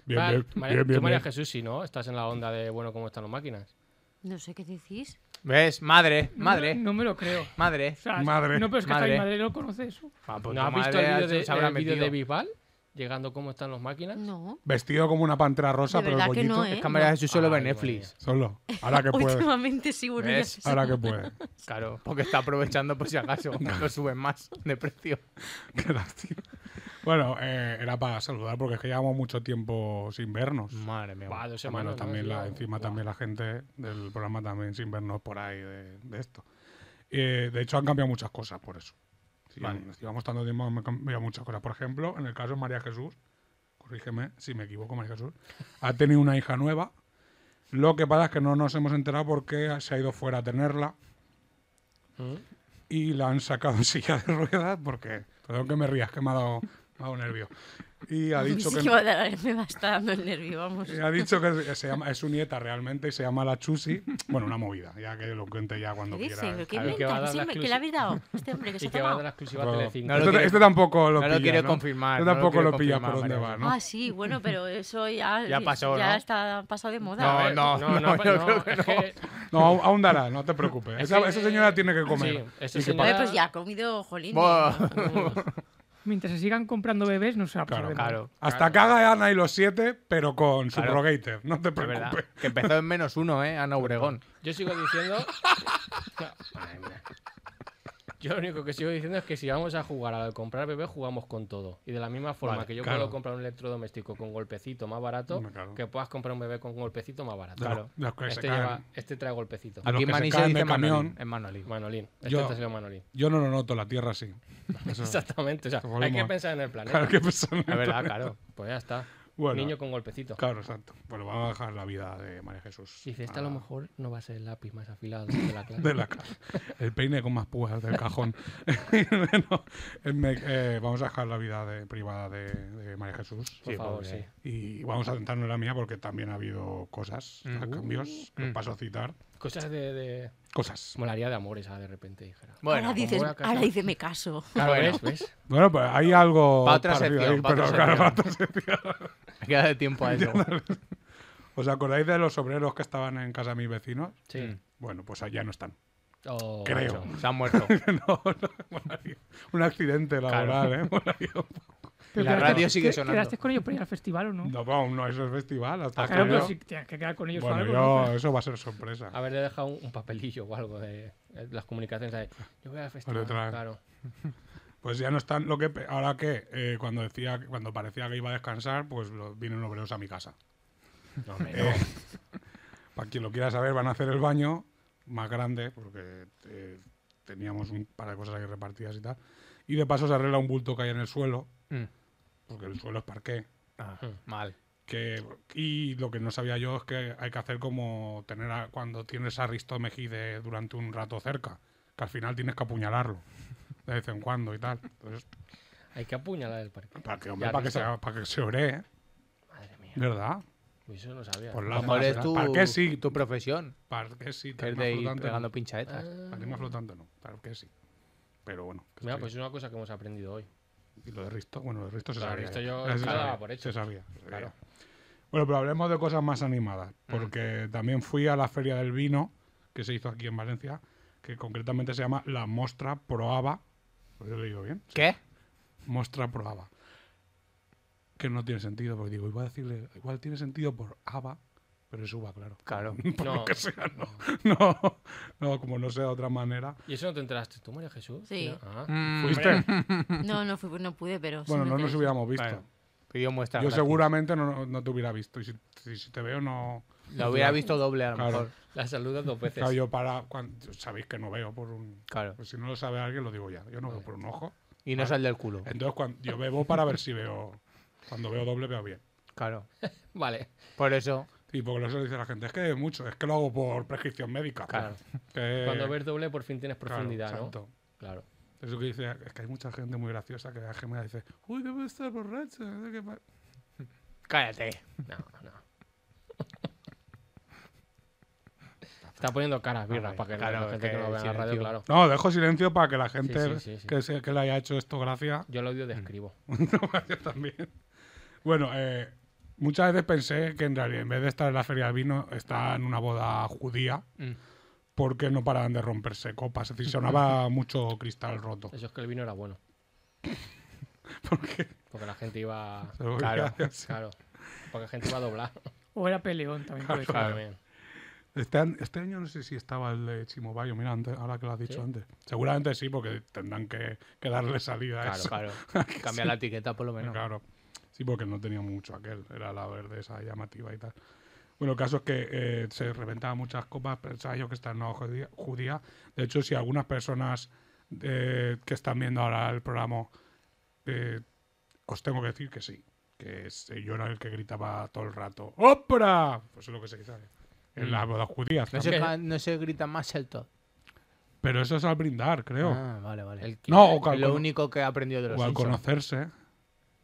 Speaker 2: bien,
Speaker 3: Vale,
Speaker 2: bien,
Speaker 3: María,
Speaker 2: bien,
Speaker 3: tú,
Speaker 2: bien,
Speaker 3: María
Speaker 2: bien.
Speaker 3: Jesús, si no, estás en la onda de, bueno, ¿cómo están las máquinas?
Speaker 5: No sé qué decís.
Speaker 4: ¿Ves? Madre,
Speaker 6: No,
Speaker 4: madre,
Speaker 6: No me lo creo. O
Speaker 4: madre.
Speaker 6: sea,
Speaker 2: Madre.
Speaker 6: No, pero es que
Speaker 4: ¿eh? Madre.
Speaker 6: hasta mi madre lo conoce eso.
Speaker 4: Ah, pues
Speaker 3: ¿No
Speaker 4: tu
Speaker 3: has visto
Speaker 4: madre
Speaker 3: el
Speaker 4: se os habrá
Speaker 3: vídeo de, el vídeo
Speaker 4: metido.
Speaker 3: de Bisbal? Llegando cómo están las máquinas.
Speaker 5: No.
Speaker 2: Vestido como una pantera rosa,
Speaker 5: De
Speaker 2: pero el
Speaker 5: verdad que
Speaker 2: bollito.
Speaker 5: no, ¿eh?
Speaker 4: Es que María Jesús solo ve
Speaker 3: Ay, madre
Speaker 4: Netflix.
Speaker 2: Solo. Ahora que puede.
Speaker 5: Últimamente sí, bueno, ya
Speaker 4: ¿Ves?
Speaker 5: sé.
Speaker 2: Ahora que puede.
Speaker 4: Claro, porque está aprovechando por si acaso lo suben más de precio.
Speaker 2: Qué lástima. Bueno, eh, era para saludar porque es que llevamos mucho tiempo sin vernos.
Speaker 4: Madre mía.
Speaker 3: Buah, dos
Speaker 2: También,
Speaker 3: semanas. ¿no?
Speaker 2: también
Speaker 3: Sí,
Speaker 2: la,
Speaker 3: no.
Speaker 2: encima
Speaker 3: Buah.
Speaker 2: también la gente del programa también sin vernos por ahí de, de esto. Eh, de hecho han cambiado muchas cosas por eso. Si
Speaker 4: Vale.
Speaker 2: han- si llevamos tanto tiempo han cambiado muchas cosas. Por ejemplo, en el caso de María Jesús, corrígeme si me equivoco María Jesús, ha tenido una hija nueva Lo que pasa es que no nos hemos enterado porque se ha ido fuera a tenerla y la han sacado en silla de ruedas porque, perdón que me rías, que me ha dado, me ha dado nervio. Y ha dicho
Speaker 5: Sí
Speaker 2: que,
Speaker 5: que va a dar- me va a estar dando el nervio, vamos.
Speaker 2: y ha dicho que se llama, es su nieta realmente y se llama la Chusi. Bueno, una movida, ya que lo cuente ya cuando
Speaker 5: ¿Qué dice?
Speaker 2: quiera.
Speaker 5: ¿Pero qué
Speaker 3: A ver, que va a
Speaker 5: inventa?
Speaker 3: dar
Speaker 5: ¿Qué,
Speaker 3: la
Speaker 5: se- qué le habéis dado? Este hombre que se
Speaker 3: Y
Speaker 5: ha
Speaker 3: que va a dar
Speaker 5: tomado.
Speaker 3: exclusiva
Speaker 2: Pero-
Speaker 3: a Telecinco.
Speaker 4: No lo
Speaker 2: Este-
Speaker 4: quiere-
Speaker 2: este tampoco lo
Speaker 4: no lo
Speaker 2: pilla,
Speaker 4: quiere confirmar,
Speaker 2: Yo
Speaker 4: no lo
Speaker 2: tampoco
Speaker 4: quiere
Speaker 2: lo pilla por
Speaker 4: confirmar,
Speaker 2: dónde
Speaker 4: María.
Speaker 2: va, ¿no?
Speaker 5: Ah, sí, bueno, pero eso ya,
Speaker 4: Ya pasó,
Speaker 5: ya
Speaker 4: ¿no?
Speaker 5: está pasado de moda.
Speaker 4: No,
Speaker 3: A ver,
Speaker 4: no,
Speaker 3: no,
Speaker 4: no,
Speaker 3: no,
Speaker 4: yo
Speaker 3: no,
Speaker 4: creo que
Speaker 3: es que-
Speaker 2: No, aún- aún dará, no te preocupes.
Speaker 3: Es
Speaker 2: Esa,
Speaker 3: que-
Speaker 2: esa señora tiene que comer.
Speaker 3: Sí, esa
Speaker 2: Y que
Speaker 3: señora-
Speaker 2: pa-
Speaker 5: Hombre, pues ya ha comido, jolín.
Speaker 4: Buah.
Speaker 6: Mientras se sigan comprando bebés, no será
Speaker 2: Claro,
Speaker 6: problema.
Speaker 4: Claro,
Speaker 2: Hasta caga Ana y los siete, pero con
Speaker 4: Claro.
Speaker 2: subrogator. No te
Speaker 4: es verdad.
Speaker 2: preocupes.
Speaker 4: Que empezó en menos uno, ¿eh? Ana Obregón.
Speaker 3: Yo sigo diciendo. Madre mía. Yo lo único que sigo diciendo es que si vamos a jugar a comprar bebé, jugamos con todo. Y de la misma forma
Speaker 4: Vale,
Speaker 3: que yo
Speaker 2: claro.
Speaker 3: puedo comprar un electrodoméstico con golpecito más barato,
Speaker 2: Hombre, claro.
Speaker 3: que puedas comprar un bebé con golpecito más barato.
Speaker 2: De los- de los que se
Speaker 3: Este,
Speaker 2: caen.
Speaker 3: lleva- este trae golpecito.
Speaker 2: los
Speaker 4: Aquí en
Speaker 2: que se
Speaker 4: Mani se
Speaker 2: caen de
Speaker 4: dice Manolín.
Speaker 2: camión.
Speaker 4: En Manolín.
Speaker 3: Manolín. Este
Speaker 2: Yo- Ah.
Speaker 3: te salió Manolín.
Speaker 2: Yo no lo noto, la tierra sí.
Speaker 3: Exactamente. O sea, hay que
Speaker 2: Volvemos.
Speaker 3: pensar en el ¿eh? planeta.
Speaker 2: Claro, qué persona.
Speaker 4: Es verdad, claro.
Speaker 3: Pues ya está.
Speaker 2: Bueno.
Speaker 3: Niño con golpecito.
Speaker 2: Claro, exacto. Bueno, vamos a dejar la vida de María Jesús.
Speaker 3: Dice, esta a lo
Speaker 2: Ah,
Speaker 3: mejor no va a ser el lápiz más afilado de la clase.
Speaker 2: De la casa. El peine con más púas del cajón. bueno, eh, me- eh, vamos a dejar la vida de- privada de, de María Jesús.
Speaker 3: Por favor,
Speaker 4: porque-
Speaker 3: sí.
Speaker 2: Y vamos a centrarnos en la mía porque también ha habido cosas, a cambios, que os paso a citar.
Speaker 3: Cosas de, de...
Speaker 2: Cosas.
Speaker 3: Molaría de amor esa de repente, dijera.
Speaker 4: Bueno,
Speaker 5: ahora, dices,
Speaker 3: voy a casar-
Speaker 5: ahora dice me caso.
Speaker 3: Claro,
Speaker 4: Bueno.
Speaker 3: ¿ves? ¿Ves?
Speaker 2: Bueno, pues hay algo.
Speaker 4: Pa' otra
Speaker 2: parecido
Speaker 4: sección,
Speaker 2: ahí,
Speaker 4: pa' otra
Speaker 2: pero claro,
Speaker 4: sección.
Speaker 2: pa' otra sección.
Speaker 4: queda de tiempo a eso.
Speaker 2: ¿Os acordáis de los obreros que estaban en casa de mis vecinos?
Speaker 3: Sí.
Speaker 2: Bueno, pues allá no están.
Speaker 3: Oh,
Speaker 2: Creo.
Speaker 3: macho.
Speaker 4: Se han muerto.
Speaker 2: No, no, molaría. un accidente laboral, ¿eh? Molaría un poco.
Speaker 6: Pero
Speaker 4: La
Speaker 6: quedaste-
Speaker 4: radio sigue
Speaker 6: que-
Speaker 4: sonando.
Speaker 6: ¿Quedaste con ellos para ir al festival o no?
Speaker 2: No, vamos, no, eso es festival. Hasta
Speaker 6: Ah, Claro,
Speaker 2: que
Speaker 6: pero
Speaker 2: yo-
Speaker 6: si tienes que quedar con ellos o
Speaker 2: Bueno,
Speaker 6: algo, ¿no?
Speaker 2: yo, eso va a ser sorpresa.
Speaker 3: Haberle dejado un, un papelillo o algo de eh, las comunicaciones. ¿sabes? Yo voy al festival.
Speaker 2: detrás.
Speaker 3: Claro.
Speaker 2: Pues ya no están lo que pe- ahora que eh, cuando decía cuando parecía que iba a descansar, pues lo- vienen obreros a mi casa.
Speaker 3: No, hombre, no.
Speaker 2: Eh, para quien lo quiera saber, van a hacer el baño más grande porque eh, teníamos un par de cosas ahí repartidas y tal. Y de paso se arregla un bulto que hay en el suelo,
Speaker 4: Mm.
Speaker 2: porque el suelo es parqué.
Speaker 4: Ah, mal.
Speaker 2: Que, y lo que no sabía yo es que hay que hacer como tener a- cuando tienes a Risto Mejide durante un rato cerca, que al final tienes que apuñalarlo de vez en cuando y tal. Entonces,
Speaker 3: Hay que apuñalar el parque.
Speaker 2: para que, hombre,
Speaker 3: Ya,
Speaker 2: para que, se,
Speaker 3: Risto.
Speaker 2: para que se oree,
Speaker 3: Madre mía.
Speaker 2: ¿verdad?
Speaker 3: Uy, eso no sabía.
Speaker 2: Por
Speaker 4: A lo
Speaker 2: la
Speaker 4: mejor es tu,
Speaker 2: ¿Para qué sí?
Speaker 4: tu profesión,
Speaker 2: ¿Para qué sí?
Speaker 4: que es
Speaker 2: tarima
Speaker 4: de ir
Speaker 2: flotante, no.
Speaker 4: pegando
Speaker 3: Ah.
Speaker 4: pinchaetas.
Speaker 2: Tarima flotante no, claro que sí. Pero bueno. que
Speaker 3: Mira,
Speaker 2: estoy-
Speaker 3: pues es una cosa que hemos aprendido hoy.
Speaker 2: Y lo de Risto, bueno, lo de Risto se
Speaker 3: Lo de
Speaker 2: sabía.
Speaker 3: Risto
Speaker 2: ya.
Speaker 3: yo
Speaker 2: Ya
Speaker 3: lo
Speaker 2: sabía,
Speaker 3: daba por hecho.
Speaker 2: Se sabía. se
Speaker 3: Claro. Mm.
Speaker 2: sabía. Bueno, pero hablemos de cosas más animadas, porque también fui a la Feria del Vino, que se hizo aquí en Valencia, que concretamente se llama la Mostra Proava. ¿Lo he leído bien?
Speaker 4: ¿Qué?
Speaker 2: Mostra Proava. Que no tiene sentido, porque digo, igual, decirle, igual tiene sentido por ABA, pero es uva, claro.
Speaker 4: Claro.
Speaker 2: Por
Speaker 3: No.
Speaker 2: lo que sea, no. No, no, como no sea de otra manera.
Speaker 3: ¿Y eso no te enteraste tú, María Jesús?
Speaker 5: Sí.
Speaker 3: Mira, ah.
Speaker 4: Mm.
Speaker 2: ¿Fuiste?
Speaker 5: No, no, fui- no pude, pero. sí
Speaker 2: Bueno,
Speaker 5: me
Speaker 2: no nos
Speaker 5: enteré.
Speaker 2: hubiéramos visto.
Speaker 4: Bueno, pidió muestra.
Speaker 2: Yo
Speaker 4: gratis.
Speaker 2: seguramente no, no te hubiera visto. Y si, si- si te veo, no.
Speaker 4: La hubiera visto doble a lo
Speaker 2: Claro.
Speaker 4: mejor.
Speaker 3: La saludas dos veces.
Speaker 2: Claro, yo para. cuan- sabéis que no veo por un.
Speaker 4: Claro.
Speaker 2: pues si no lo sabe alguien, lo digo ya. Yo no veo por un ojo.
Speaker 4: Y no sal del culo.
Speaker 2: Entonces, cuando, yo bebo para ver si veo. Cuando veo doble, veo bien.
Speaker 4: Claro.
Speaker 3: Vale.
Speaker 4: Por eso.
Speaker 2: Y porque eso dice la gente, es que es mucho, es que lo hago por prescripción médica.
Speaker 3: Claro.
Speaker 2: Que-
Speaker 3: Cuando ves doble, por fin tienes
Speaker 2: Eh, claro,
Speaker 3: profundidad, ¿no?
Speaker 2: exacto.
Speaker 3: Claro.
Speaker 2: Eso que dice, es que hay mucha gente muy graciosa que ve gemela y dice, uy, que voy a estar borracha. no sé qué pa-".
Speaker 4: Cállate.
Speaker 3: No, no. Está poniendo caras birras
Speaker 4: Ay,
Speaker 3: para que
Speaker 4: claro,
Speaker 3: la gente que,
Speaker 4: que
Speaker 3: no vea la radio,
Speaker 4: silencio.
Speaker 3: claro.
Speaker 2: No, dejo silencio para que la gente
Speaker 3: Sí, sí, sí, sí.
Speaker 2: Que, se- que le haya hecho esto gracia
Speaker 3: Yo el audio describo.
Speaker 2: Yo también. Bueno, eh, muchas veces pensé que en realidad en vez de estar en la feria del vino, estaba en una boda judía
Speaker 3: Mm.
Speaker 2: porque no paraban de romperse copas. Es decir, sonaba mucho cristal roto.
Speaker 3: Eso es que el vino era bueno.
Speaker 2: Porque,
Speaker 3: Porque la gente iba.
Speaker 4: Claro.
Speaker 3: Claro. Porque la gente iba a doblar.
Speaker 6: O era peleón también. puede ser.
Speaker 3: También.
Speaker 2: Este, an- este año no sé si estaba el de Chimobayo, mira, antes- ahora que lo has dicho
Speaker 3: ¿Sí?
Speaker 2: antes. Seguramente sí, porque tendrán que, que darle salida a
Speaker 4: Claro,
Speaker 2: eso.
Speaker 4: claro. Cambia la etiqueta por lo menos.
Speaker 2: Claro. Sí, porque no tenía mucho aquel. Era la verde esa llamativa y tal. Bueno, el caso es que eh, se reventaban muchas copas. Pensaba yo que esta no judía, judía. De hecho, si algunas personas eh, que están viendo ahora el programa, eh, os tengo que decir que sí. Que es- eh, yo era el que gritaba todo el rato. ¡Ópera! Pues es lo que se dice. ¿eh? en las bodas judías.
Speaker 4: No
Speaker 2: también.
Speaker 4: se, ca- no se grita más el todo.
Speaker 2: Pero eso es al brindar, creo.
Speaker 4: Ah, vale, vale.
Speaker 3: El que,
Speaker 2: no, o,
Speaker 4: Es
Speaker 2: al,
Speaker 4: lo
Speaker 2: cono-
Speaker 4: único que he aprendido de los
Speaker 2: o al
Speaker 4: Simpsons.
Speaker 2: conocerse.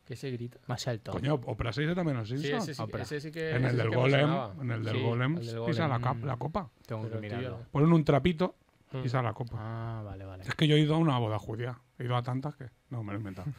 Speaker 3: que se grita.
Speaker 4: Más el todo.
Speaker 2: Coño, ¿Opera 6 también los
Speaker 3: Sí,
Speaker 2: Simpsons?
Speaker 3: ese sí,
Speaker 4: Opera.
Speaker 3: ese sí que.
Speaker 2: Ah, en
Speaker 3: ese
Speaker 2: el
Speaker 3: sí
Speaker 2: del
Speaker 3: que me
Speaker 2: golem,
Speaker 3: sonaba.
Speaker 2: en el del
Speaker 3: Sí,
Speaker 2: golem,
Speaker 3: el del
Speaker 2: pisa
Speaker 3: golem.
Speaker 2: la, cap-
Speaker 4: Mm.
Speaker 2: la copa.
Speaker 4: Tengo que
Speaker 3: Pero el tuyo
Speaker 4: mirarlo.
Speaker 3: no.
Speaker 2: Ponen un trapito,
Speaker 3: Mm.
Speaker 2: pisa la copa.
Speaker 4: Ah, vale, vale.
Speaker 2: Es que yo he ido a una boda judía. He ido a tantas que... No, me lo he inventado.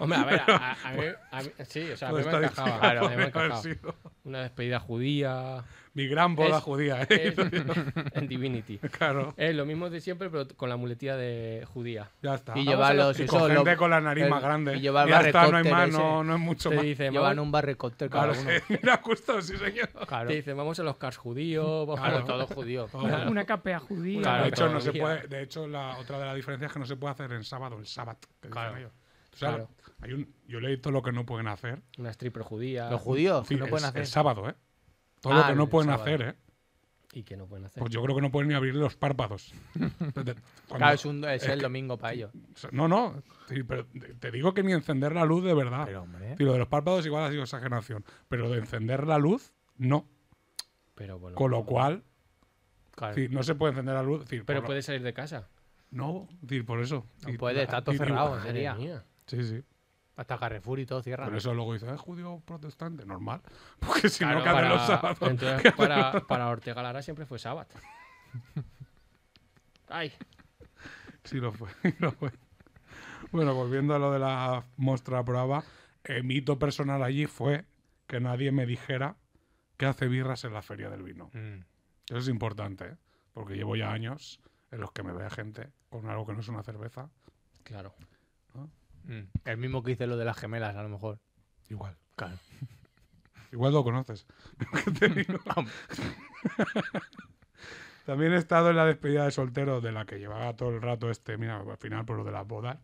Speaker 3: Hombre, a ver, a, a mí, a mí- Sí, o sea, a mí me
Speaker 2: Estadística
Speaker 3: encajaba.
Speaker 2: podría
Speaker 3: a mí me
Speaker 2: haber
Speaker 3: encajaba.
Speaker 2: sido
Speaker 3: Una despedida judía.
Speaker 2: Mi gran boda
Speaker 3: Es-
Speaker 2: judía, ¿eh?
Speaker 3: es- en Divinity.
Speaker 2: Claro,
Speaker 3: Es lo mismo de siempre, pero con la muletilla de judía.
Speaker 2: ya está.
Speaker 4: Y llevar
Speaker 3: pues
Speaker 4: los...
Speaker 2: Y
Speaker 4: eso,
Speaker 2: con
Speaker 4: lo-
Speaker 2: gente con la nariz
Speaker 4: el-
Speaker 2: más grande.
Speaker 4: Y llevar
Speaker 2: ya está, no hay
Speaker 4: barrecóptero
Speaker 2: más,
Speaker 4: ese.
Speaker 2: no, no es mucho
Speaker 3: Te
Speaker 2: más.
Speaker 3: eh, dice,
Speaker 4: Llevan
Speaker 3: vamos-
Speaker 4: un barrecóptero cada
Speaker 2: Claro,
Speaker 4: uno.
Speaker 2: sí, mira, justo, sí, señor.
Speaker 4: Claro.
Speaker 3: te dice, vamos a los cars judíos. vamos
Speaker 4: Claro,
Speaker 3: a-
Speaker 4: todos judíos.
Speaker 6: Una capea judía.
Speaker 3: Claro,
Speaker 2: de hecho, no se
Speaker 3: todavía.
Speaker 2: puede, de hecho la, otra de las diferencias es que no se puede hacer en sábado, el sábado. Que
Speaker 4: Claro.
Speaker 2: dicen ellos. Tú sabes,
Speaker 3: Claro.
Speaker 2: hay un, yo leí todo lo que no pueden hacer.
Speaker 3: Una stripper judía.
Speaker 4: Los judíos
Speaker 2: Sí,
Speaker 4: que no
Speaker 2: el-
Speaker 4: pueden
Speaker 2: el,
Speaker 4: hacer.
Speaker 2: sábado, ¿eh? Todo
Speaker 4: Ah,
Speaker 2: lo que no
Speaker 4: el
Speaker 2: pueden
Speaker 4: sábado.
Speaker 2: hacer, ¿eh?
Speaker 3: Y que no pueden hacer.
Speaker 2: Pues yo creo que no pueden ni abrir los párpados. Cuando-
Speaker 4: Claro, es, un- es el domingo para ellos.
Speaker 2: No, no. sí, pero te te digo que ni encender la luz de verdad.
Speaker 4: Pero, hombre.
Speaker 2: Sí, lo de los párpados igual ha sido exageración. Pero de encender la luz, no.
Speaker 3: Pero bueno.
Speaker 2: Con lo cual,
Speaker 4: Claro.
Speaker 2: sí, no se puede encender la luz. sí,
Speaker 3: Pero
Speaker 2: por-
Speaker 3: puede salir de casa.
Speaker 2: No, sí, por eso.
Speaker 4: No
Speaker 2: Sí,
Speaker 4: puede,
Speaker 2: la-
Speaker 4: está todo
Speaker 2: sí, sí,
Speaker 4: cerrado,
Speaker 3: Madre
Speaker 4: sería.
Speaker 3: mía.
Speaker 2: Sí, sí.
Speaker 4: Hasta Carrefour y todo cierra.
Speaker 2: Por
Speaker 4: ¿no?
Speaker 2: eso luego dice, es judío protestante, normal. Porque si
Speaker 3: Claro,
Speaker 2: no, caen los
Speaker 3: para-
Speaker 2: sábados.
Speaker 3: Entonces, para, para Ortega Lara siempre fue sábado. Ay,
Speaker 2: Sí, lo fue, lo fue. Bueno, volviendo a lo de la muestra brava, eh, mi hito personal allí fue que nadie me dijera que hace birras en la feria del vino.
Speaker 4: Mm.
Speaker 2: Eso es importante, ¿eh? porque llevo ya años en los que me vea gente con algo que no es una cerveza.
Speaker 3: claro.
Speaker 4: Mm. El mismo que hice lo de las gemelas, a lo mejor.
Speaker 2: Igual.
Speaker 4: Claro.
Speaker 2: Igual lo conoces. ¿Qué te digo? También he estado en la despedida de soltero de la que llevaba todo el rato este, mira, al final por lo de las bodas.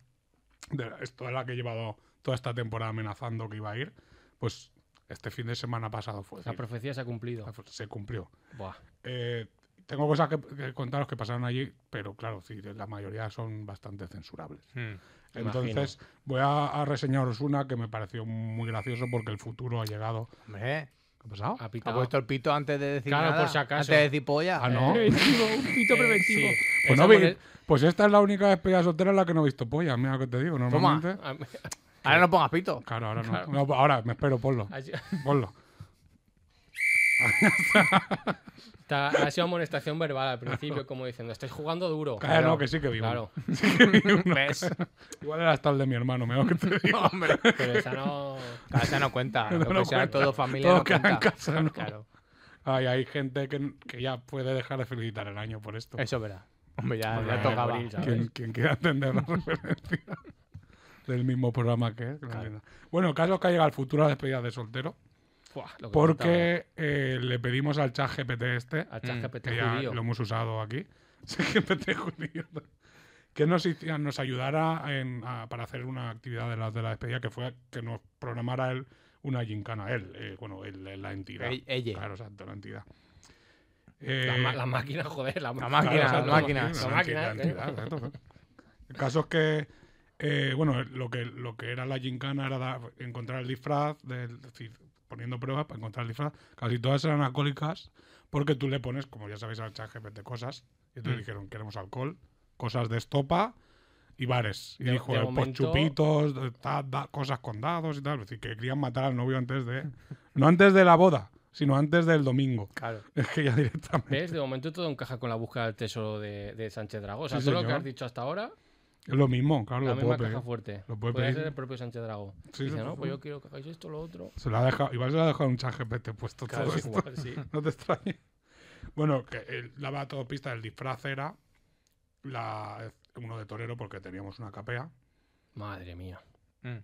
Speaker 2: De la, esto es la que he llevado toda esta temporada amenazando que iba a ir. Pues este fin de semana pasado fue.
Speaker 3: La profecía se ha cumplido.
Speaker 2: Ah, pues, Se cumplió.
Speaker 3: Buah.
Speaker 2: Eh, tengo cosas que, que contaros que pasaron allí, pero claro, sí, la mayoría son bastante censurables.
Speaker 4: Mm.
Speaker 2: Entonces, voy a, a reseñaros una que me pareció muy gracioso porque el futuro ha llegado.
Speaker 4: Hombre,
Speaker 2: ¿Qué ha pasado?
Speaker 3: Ha
Speaker 4: ha
Speaker 3: pitado.
Speaker 4: puesto el pito antes de decir
Speaker 3: Claro,
Speaker 4: nada.
Speaker 3: por si acaso.
Speaker 4: Antes de decir polla.
Speaker 2: Ah, no.
Speaker 6: Preventivo, un
Speaker 4: Eh,
Speaker 6: pito preventivo.
Speaker 3: Sí.
Speaker 2: Pues,
Speaker 3: Esa
Speaker 2: no vi-
Speaker 3: moned-
Speaker 2: pues esta es la única despedida soltera en la que no he visto polla, mira lo que te digo.
Speaker 4: Toma.
Speaker 2: Normalmente.
Speaker 3: Ah, me-
Speaker 4: Ahora no pongas pito.
Speaker 2: Claro, ahora no. No, Ahora me espero, ponlo.
Speaker 3: ha, si-
Speaker 2: Ponlo.
Speaker 3: ta- ha sido amonestación verbal al principio, como diciendo, estáis jugando duro.
Speaker 2: Claro, Ah, no, que sí que vivo.
Speaker 3: Claro,
Speaker 4: ¿Ves?
Speaker 2: Igual era hasta el de mi hermano, mira lo que te digo.
Speaker 4: Hombre.
Speaker 3: pero esa no... pues
Speaker 4: Claro, esa no cuenta. Lo
Speaker 2: no
Speaker 4: que sea,
Speaker 2: cuenta.
Speaker 4: todo familia
Speaker 2: Todo
Speaker 4: no
Speaker 2: queda en
Speaker 4: cuenta.
Speaker 2: casa, ¿no?
Speaker 4: Claro.
Speaker 2: Ay, hay gente que, que ya puede dejar de felicitar el año por esto.
Speaker 4: Eso verá. Hombre, ya,
Speaker 3: Bueno,
Speaker 4: ya tocaba.
Speaker 3: abril, ¿sabes?
Speaker 2: Quien, quien quiera entender la referencia del mismo programa que es. que lo entienda. Bueno, el caso es que ha llegado al futuro a la despedida de soltero.
Speaker 3: Buah, lo que
Speaker 2: Porque eh, le pedimos al chat GPT este,
Speaker 3: contaba. A ChatGPT
Speaker 2: que ya
Speaker 3: judío.
Speaker 2: lo hemos usado aquí, GPT judío, que nos, hiciera- nos ayudara en- a- para hacer una actividad de la, de la despedida, que fue que nos programara él una gincana, él, eh, bueno, él, él, la entidad.
Speaker 4: Ell- ella.
Speaker 2: Claro, exacto, la entidad.
Speaker 3: La, ma-
Speaker 2: Eh,
Speaker 3: la máquina, joder, la,
Speaker 4: La
Speaker 3: máquina.
Speaker 4: máquina,
Speaker 2: Claro, exacto,
Speaker 4: la máquina.
Speaker 3: La máquina,
Speaker 2: la entidad,
Speaker 3: ¿eh?
Speaker 2: exacto. El caso es que, eh, bueno, lo que, lo que era la gincana era dar- encontrar el disfraz, del- es decir, poniendo pruebas para encontrar el disfraz. Casi todas eran alcohólicas porque tú le pones, como ya sabéis, al chat GPT cosas. Y
Speaker 3: Mm.
Speaker 2: entonces dijeron, queremos alcohol, cosas de estopa y bares. Y
Speaker 3: De-
Speaker 2: dijo,
Speaker 3: de
Speaker 2: pues
Speaker 3: momento-
Speaker 2: chupitos, de- ta- da- cosas con dados y tal. Es decir, que querían matar al novio antes de... No antes de la boda, sino antes del domingo.
Speaker 4: Claro.
Speaker 2: Es que ya directamente...
Speaker 3: ¿Ves? De momento todo encaja con la búsqueda del tesoro de, de Sánchez Dragó. O sea,
Speaker 2: Sí,
Speaker 3: todo lo
Speaker 2: señor.
Speaker 3: que has dicho hasta ahora,
Speaker 2: Es lo mismo, claro,
Speaker 3: la
Speaker 2: lo puedo
Speaker 3: misma
Speaker 2: pedir.
Speaker 3: caja fuerte.
Speaker 2: Lo puede
Speaker 3: Podría
Speaker 2: pedir.
Speaker 3: ser el propio Sánchez Dragó.
Speaker 2: Sí,
Speaker 3: Dice,
Speaker 2: lo
Speaker 3: no,
Speaker 2: puede
Speaker 3: pues yo
Speaker 2: pedir.
Speaker 3: quiero que hagáis esto, lo otro.
Speaker 2: Se lo ha dejado, igual se lo ha dejado un chat GPT puesto
Speaker 3: Claro,
Speaker 2: todo esto.
Speaker 3: igual, sí.
Speaker 2: No te extrañes. Bueno, que él daba todo pista del disfraz era la, uno de torero porque teníamos una capea.
Speaker 3: Madre mía.
Speaker 4: Mm.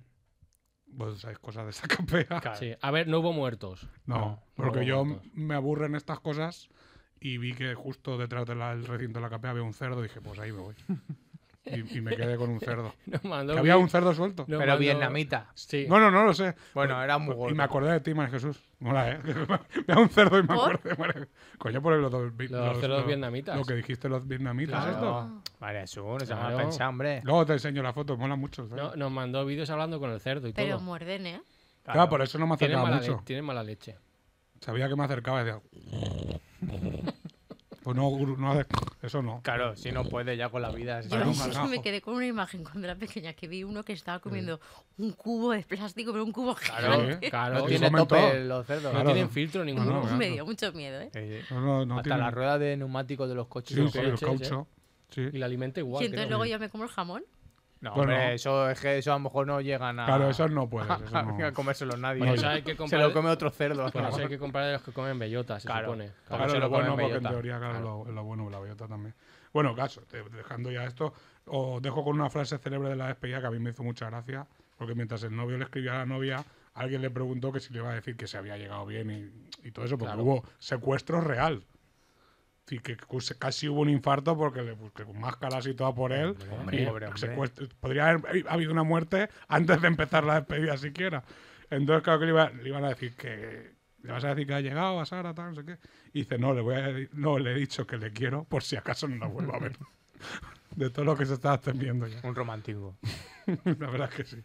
Speaker 2: Vos sabéis cosas de esa capea.
Speaker 4: Claro.
Speaker 3: Sí. A ver, no hubo muertos.
Speaker 2: No,
Speaker 4: No,
Speaker 2: porque
Speaker 3: no,
Speaker 2: yo
Speaker 3: no.
Speaker 2: me aburren estas cosas y vi que justo detrás del recinto de la capea había un cerdo y dije, pues ahí me voy. Y, y me quedé con un cerdo.
Speaker 3: Nos
Speaker 2: Que
Speaker 3: mandó
Speaker 2: había
Speaker 3: vi-
Speaker 2: un cerdo suelto.
Speaker 3: nos
Speaker 4: Pero
Speaker 3: mandó-
Speaker 4: vietnamita.
Speaker 3: Sí.
Speaker 2: No, no, no lo sé.
Speaker 4: Bueno, era muy gordo.
Speaker 2: Pues, Y me acordé de ti, María Jesús. Mola, ¿eh? Me da un cerdo y me
Speaker 5: ¿Por?
Speaker 2: acordé de María Jesús. Coño, por los, dos vi-
Speaker 3: Los cerdos vietnamitas.
Speaker 2: Lo que dijiste los vietnamitas,
Speaker 3: Claro.
Speaker 2: esto.
Speaker 4: No. Vale, eso no se me
Speaker 3: Claro.
Speaker 4: va a pensar, hombre.
Speaker 2: Luego te enseño la foto, mola mucho. ¿sabes?
Speaker 3: No, nos mandó vídeos hablando con el cerdo y
Speaker 5: Pero
Speaker 3: todo.
Speaker 5: muerden, ¿eh?
Speaker 2: claro. por eso no me
Speaker 3: Tiene
Speaker 2: acercaba
Speaker 3: mala, le-
Speaker 2: mucho.
Speaker 3: tiene mala leche.
Speaker 2: Sabía que me acercaba y decía. pues no, gru- no hace. Eso no.
Speaker 4: Claro, si no puede ya con la vida.
Speaker 5: Yo
Speaker 2: Para un
Speaker 5: sí
Speaker 2: gargajo.
Speaker 5: me quedé con una imagen cuando era pequeña que vi uno que estaba comiendo un cubo de plástico, pero un cubo
Speaker 4: Claro,
Speaker 5: gigante.
Speaker 3: Claro,
Speaker 4: No
Speaker 2: Eso
Speaker 4: tiene
Speaker 2: comentó.
Speaker 4: tope los cerdos.
Speaker 2: Claro.
Speaker 3: no tienen filtro
Speaker 5: No,
Speaker 3: ninguno.
Speaker 2: no,
Speaker 5: me
Speaker 2: claro.
Speaker 5: dio mucho miedo, ¿eh?
Speaker 4: Eh,
Speaker 2: No, no, no
Speaker 4: hasta
Speaker 2: tiene-
Speaker 4: la rueda de neumáticos de los coches.
Speaker 2: Sí,
Speaker 4: son-
Speaker 3: sí,
Speaker 2: joder, el
Speaker 3: sí,
Speaker 2: caucho. Sí.
Speaker 3: Y la alimenta igual.
Speaker 5: y entonces
Speaker 3: creo.
Speaker 5: luego yo me como el jamón.
Speaker 4: No,
Speaker 2: Bueno.
Speaker 4: hombre, eso, es que eso a lo mejor no llegan a.
Speaker 2: Claro, esos no puedes. esos
Speaker 4: a,
Speaker 2: no.
Speaker 4: a comérselo nadie.
Speaker 2: Bueno,
Speaker 4: Se-
Speaker 2: eso
Speaker 3: hay que
Speaker 4: se
Speaker 3: comprar-
Speaker 4: lo come otro cerdo.
Speaker 3: Por eso hay que comprar de los que comen bellotas, se
Speaker 4: Claro.
Speaker 3: supone.
Speaker 4: Claro,
Speaker 2: Claro,
Speaker 4: se
Speaker 2: lo,
Speaker 4: lo
Speaker 2: bueno,
Speaker 4: comen
Speaker 2: porque en
Speaker 4: bellota.
Speaker 2: teoría, claro,
Speaker 4: Claro.
Speaker 2: Lo, lo bueno de la bellota también. Bueno, caso, te- dejando ya esto, os dejo con una frase célebre de la despedida que a mí me hizo mucha gracia, porque mientras el novio le escribía a la novia, alguien le preguntó que si le iba a decir que se había llegado bien y, y todo eso, porque
Speaker 3: Claro.
Speaker 2: hubo secuestro real. Y que cus- casi hubo un infarto porque le busqué con máscaras y todo por él.
Speaker 4: hombre,
Speaker 2: y
Speaker 4: hombre, hombre.
Speaker 2: secuestro- Podría haber habido una muerte antes de empezar la despedida siquiera. Entonces, claro que le, iba- le iban a decir que. Le vas a decir que ha llegado a Sara, tal, no sé qué. Y dice, no, le voy a de- no, le he dicho que le quiero por si acaso no la vuelvo a ver. de todo lo que se está extendiendo ya.
Speaker 4: Un romántico.
Speaker 2: La verdad es que sí.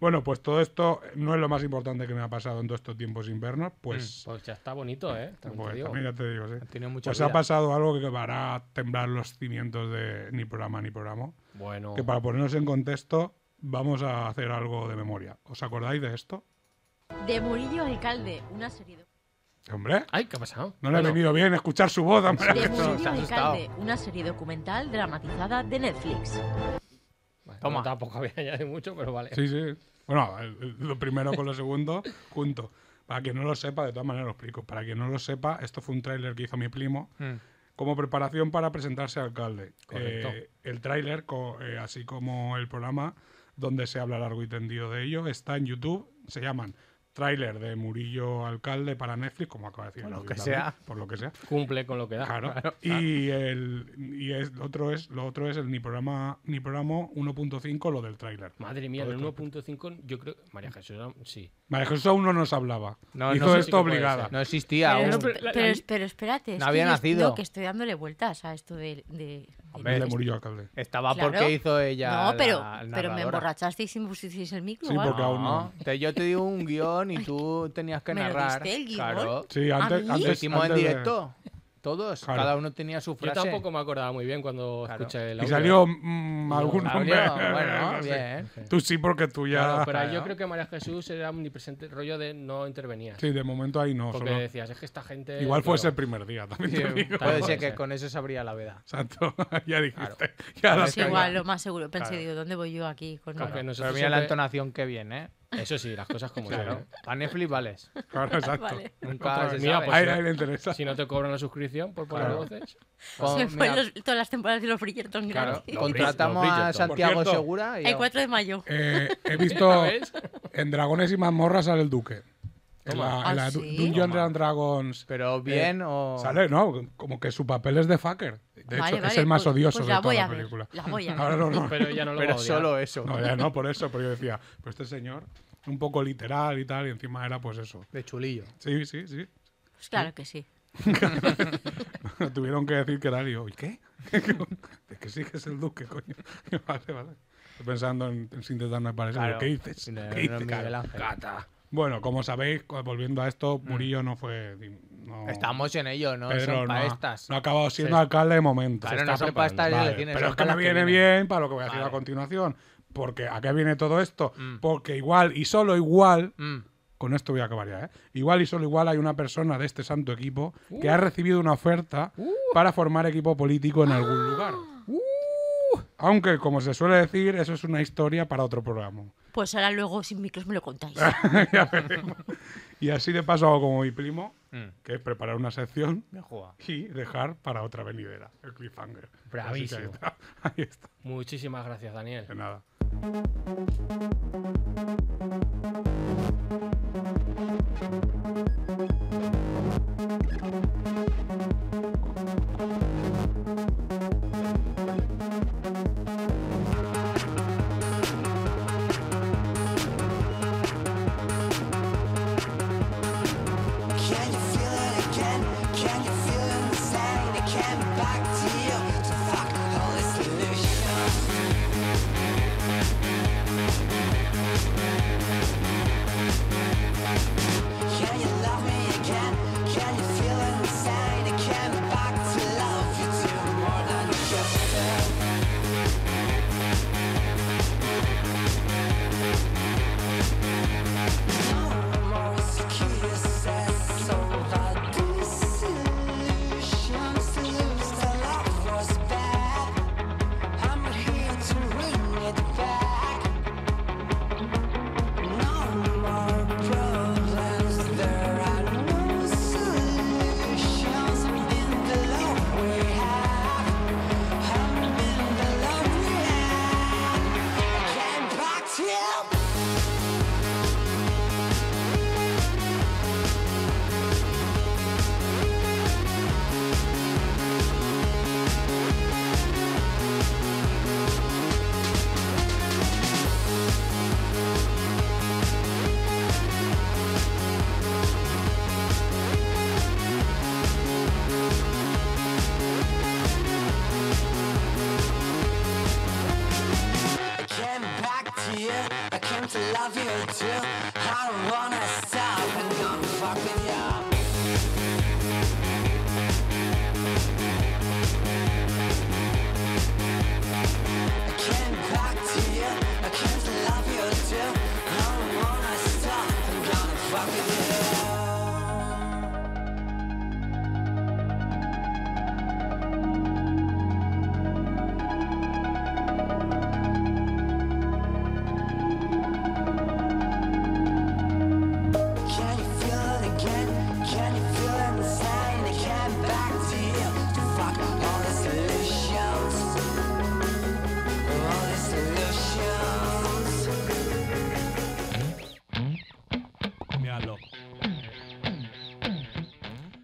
Speaker 2: Bueno, pues todo esto no es lo más importante que me ha pasado en este todos estos tiempos invernos, pues,
Speaker 3: Pues ya está bonito, ¿eh? También
Speaker 2: pues
Speaker 3: te digo.
Speaker 2: también ya te digo, sí.
Speaker 4: Ha tenido mucha
Speaker 2: Pues ha
Speaker 4: vida.
Speaker 2: pasado algo que hará temblar los cimientos de ni programa ni programa.
Speaker 3: Bueno,
Speaker 2: Que para ponernos en contexto, vamos a hacer algo de memoria. ¿Os acordáis de esto?
Speaker 5: De Murillo Alcalde, una serie de...
Speaker 2: Hombre,
Speaker 3: ay, ¿qué ha pasado?
Speaker 2: no le ha
Speaker 3: Bueno,
Speaker 2: venido bien escuchar su voz. hombre.
Speaker 5: De
Speaker 4: se ha
Speaker 5: Murillo
Speaker 4: asustado.
Speaker 5: Alcalde, una serie documental dramatizada de Netflix.
Speaker 3: bueno,
Speaker 4: Toma.
Speaker 3: tampoco había añadido mucho, pero vale.
Speaker 2: Sí, sí. Bueno, el- el- lo primero con lo segundo, junto. Para quien no lo sepa, de todas maneras lo explico. Para quien no lo sepa, esto fue un tráiler que hizo mi primo
Speaker 4: Mm.
Speaker 2: como preparación para presentarse al alcalde.
Speaker 3: Correcto.
Speaker 2: Eh, el tráiler, co- eh, así como el programa, donde se habla largo y tendido de ello, está en YouTube. Se llaman tráiler de Murillo Alcalde para Netflix, como acaba de decir.
Speaker 4: Por
Speaker 2: el
Speaker 4: lo
Speaker 2: audio
Speaker 4: que
Speaker 2: también,
Speaker 4: sea.
Speaker 2: Por lo que sea.
Speaker 3: Cumple con lo que da.
Speaker 2: Claro. Y, el, y es, lo, otro es, lo otro es el ni programa, ni programa 1.5, lo del tráiler.
Speaker 3: Madre mía,
Speaker 2: Todo
Speaker 3: en el
Speaker 2: esto.
Speaker 3: 1.5 yo creo... María Jesús, era- sí.
Speaker 2: Vale, Jesús aún no nos hablaba.
Speaker 4: No,
Speaker 2: Hizo
Speaker 4: no sé
Speaker 3: si
Speaker 2: esto
Speaker 3: puede
Speaker 2: obligada.
Speaker 3: ser.
Speaker 4: No existía
Speaker 5: pero,
Speaker 4: aún.
Speaker 5: esp-
Speaker 6: pero la-
Speaker 5: pero
Speaker 6: la-
Speaker 5: es- pero espérate, es
Speaker 4: No había
Speaker 5: que yo-
Speaker 4: nacido.
Speaker 5: no, que estoy dándole vueltas a esto de... de-
Speaker 4: Hombre,
Speaker 2: Le
Speaker 5: de-
Speaker 2: murió alcalde.
Speaker 4: Estaba
Speaker 5: Claro.
Speaker 4: porque hizo ella.
Speaker 5: No, pero,
Speaker 4: la
Speaker 5: pero me
Speaker 4: narradora.
Speaker 5: emborrachasteis y me pusisteis el micro.
Speaker 2: Sí,
Speaker 5: o algo.
Speaker 2: porque aún no.
Speaker 4: Te- yo te di un guión y tú tenías que
Speaker 5: ¿Me lo
Speaker 4: narrar.
Speaker 5: diste el guión?
Speaker 4: Claro.
Speaker 2: Sí,
Speaker 5: ¿A
Speaker 2: antes,
Speaker 5: mí?
Speaker 2: antes-
Speaker 4: Ah, Lo hicimos en
Speaker 2: antes de-
Speaker 4: directo. Todos.
Speaker 2: Claro.
Speaker 4: Cada uno tenía su
Speaker 3: Yo
Speaker 4: frase.
Speaker 3: tampoco me acordaba muy bien cuando
Speaker 4: Claro.
Speaker 3: escuché el
Speaker 2: Y
Speaker 3: audio.
Speaker 2: salió mm, algún
Speaker 4: Claro,
Speaker 2: nombre.
Speaker 4: bueno,
Speaker 2: Sí.
Speaker 4: bien.
Speaker 2: Tú sí, porque tú ya.
Speaker 3: Claro, pero
Speaker 4: Claro.
Speaker 3: yo creo que María Jesús era omnipresente, rollo de no intervenía.
Speaker 2: Sí, de momento ahí no.
Speaker 3: porque
Speaker 2: solo-
Speaker 3: decías, es que esta gente...
Speaker 2: Igual fue ese
Speaker 3: claro,
Speaker 2: el primer día también. te digo.
Speaker 4: Puede
Speaker 3: Claro,
Speaker 4: ser
Speaker 3: puede
Speaker 4: que
Speaker 3: ser.
Speaker 4: con eso se abría la veda.
Speaker 2: Exacto, ya dijiste. Ya la
Speaker 4: Pues
Speaker 2: tengo.
Speaker 5: Es Pues igual, lo más seguro. Pensé,
Speaker 4: Claro.
Speaker 5: digo, ¿dónde voy yo aquí? Con
Speaker 3: Claro, que
Speaker 5: una-
Speaker 4: Pero
Speaker 3: nosotros
Speaker 4: mira la
Speaker 3: siempre-
Speaker 4: entonación que viene, ¿eh?
Speaker 3: Eso sí, las cosas como
Speaker 4: Claro.
Speaker 3: son. ¿eh?
Speaker 4: Para Netflix vales.
Speaker 2: Claro, exacto.
Speaker 5: Vale.
Speaker 4: Nunca se
Speaker 3: Mira,
Speaker 4: sabe.
Speaker 3: pues,
Speaker 2: Ahí
Speaker 3: sí.
Speaker 2: ahí le interesa.
Speaker 3: Si no te cobran la suscripción por poner
Speaker 2: Claro.
Speaker 3: voces.
Speaker 4: Con-
Speaker 5: Se me
Speaker 4: Pues mira,
Speaker 5: fueron los- todas las temporadas de los Bridgerton
Speaker 4: claro,
Speaker 5: gratis.
Speaker 3: Los
Speaker 4: contratamos
Speaker 3: Bridgerton.
Speaker 4: a
Speaker 3: Por
Speaker 4: Santiago
Speaker 2: cierto.
Speaker 4: Segura y
Speaker 5: El 4 de mayo.
Speaker 2: Eh, he visto
Speaker 3: ¿Ves?
Speaker 2: en Dragones y Mazmorras sale el Duque. En la,
Speaker 5: ¿Ah,
Speaker 2: en la
Speaker 5: sí?
Speaker 2: Dungeons
Speaker 4: Toma.
Speaker 2: and Dragons.
Speaker 4: pero bien o
Speaker 2: Eh, Sale, ¿no? Como que su papel es de fucker. De hecho,
Speaker 5: Vale,
Speaker 2: es
Speaker 5: vale,
Speaker 2: el más
Speaker 5: pues-
Speaker 2: odioso
Speaker 5: pues
Speaker 2: de
Speaker 5: la
Speaker 2: toda
Speaker 5: voy
Speaker 2: la
Speaker 5: a ver,
Speaker 2: película.
Speaker 5: la voy a ver.
Speaker 2: Ahora no, no.
Speaker 3: Pero ya no lo
Speaker 4: pero
Speaker 3: va a odiar.
Speaker 4: solo eso.
Speaker 2: No, ya no, por eso, pero yo decía, pero este señor, un poco literal y tal, y encima era pues eso.
Speaker 4: De chulillo.
Speaker 2: Sí, sí, sí.
Speaker 5: Pues claro que sí.
Speaker 2: Tuvieron que decir que era lío. ¿Y qué? es que sí que es el duque, coño. vale, vale. Estoy pensando en, en sintetizar una pareja.
Speaker 4: Claro.
Speaker 2: ¿Qué dices?
Speaker 4: No,
Speaker 2: ¿Qué
Speaker 4: no,
Speaker 2: dices?
Speaker 4: Miguel Ángel. Mm.
Speaker 2: Bueno, como sabéis, cu- volviendo a esto, Murillo no fue... No,
Speaker 4: Estamos en ello, no
Speaker 2: Pedro
Speaker 4: son
Speaker 2: no,
Speaker 4: pa'
Speaker 2: ha-
Speaker 4: estas.
Speaker 2: no ha acabado siendo
Speaker 4: Se-
Speaker 2: alcalde de momento.
Speaker 4: Claro,
Speaker 3: se
Speaker 4: no
Speaker 3: está
Speaker 4: son pastas
Speaker 3: preparando.
Speaker 2: Vale,
Speaker 4: le tienen,
Speaker 2: pero
Speaker 4: son
Speaker 2: es que
Speaker 4: pa'
Speaker 2: me
Speaker 4: las
Speaker 2: viene
Speaker 4: vienen.
Speaker 2: bien para lo que voy a decir
Speaker 4: Vale.
Speaker 2: a continuación. Porque ¿a qué viene todo esto?
Speaker 4: Mm.
Speaker 2: Porque igual y solo igual,
Speaker 4: Mm,
Speaker 2: con esto voy a acabar ya, ¿eh? igual y solo igual hay una persona de este santo equipo
Speaker 4: Uh.
Speaker 2: que ha recibido una oferta para formar equipo político
Speaker 4: Ah.
Speaker 2: en algún lugar.
Speaker 4: Uh.
Speaker 2: Aunque, como se suele decir, eso es una historia para otro programa.
Speaker 5: Pues ahora luego sin micros me lo contáis.
Speaker 2: Ya veremos. y así de paso hago como mi primo,
Speaker 4: mm,
Speaker 2: que es preparar una sección
Speaker 4: bien jugado.
Speaker 2: y dejar para otra venidera, el cliffhanger. Así que
Speaker 3: Bravísimo.
Speaker 2: Ahí está. Ahí está.
Speaker 3: Muchísimas gracias, Daniel.
Speaker 2: De nada.
Speaker 7: Can you feel it again? Can you feel it inside? It came back to you to fuck all this illusion. Can you love me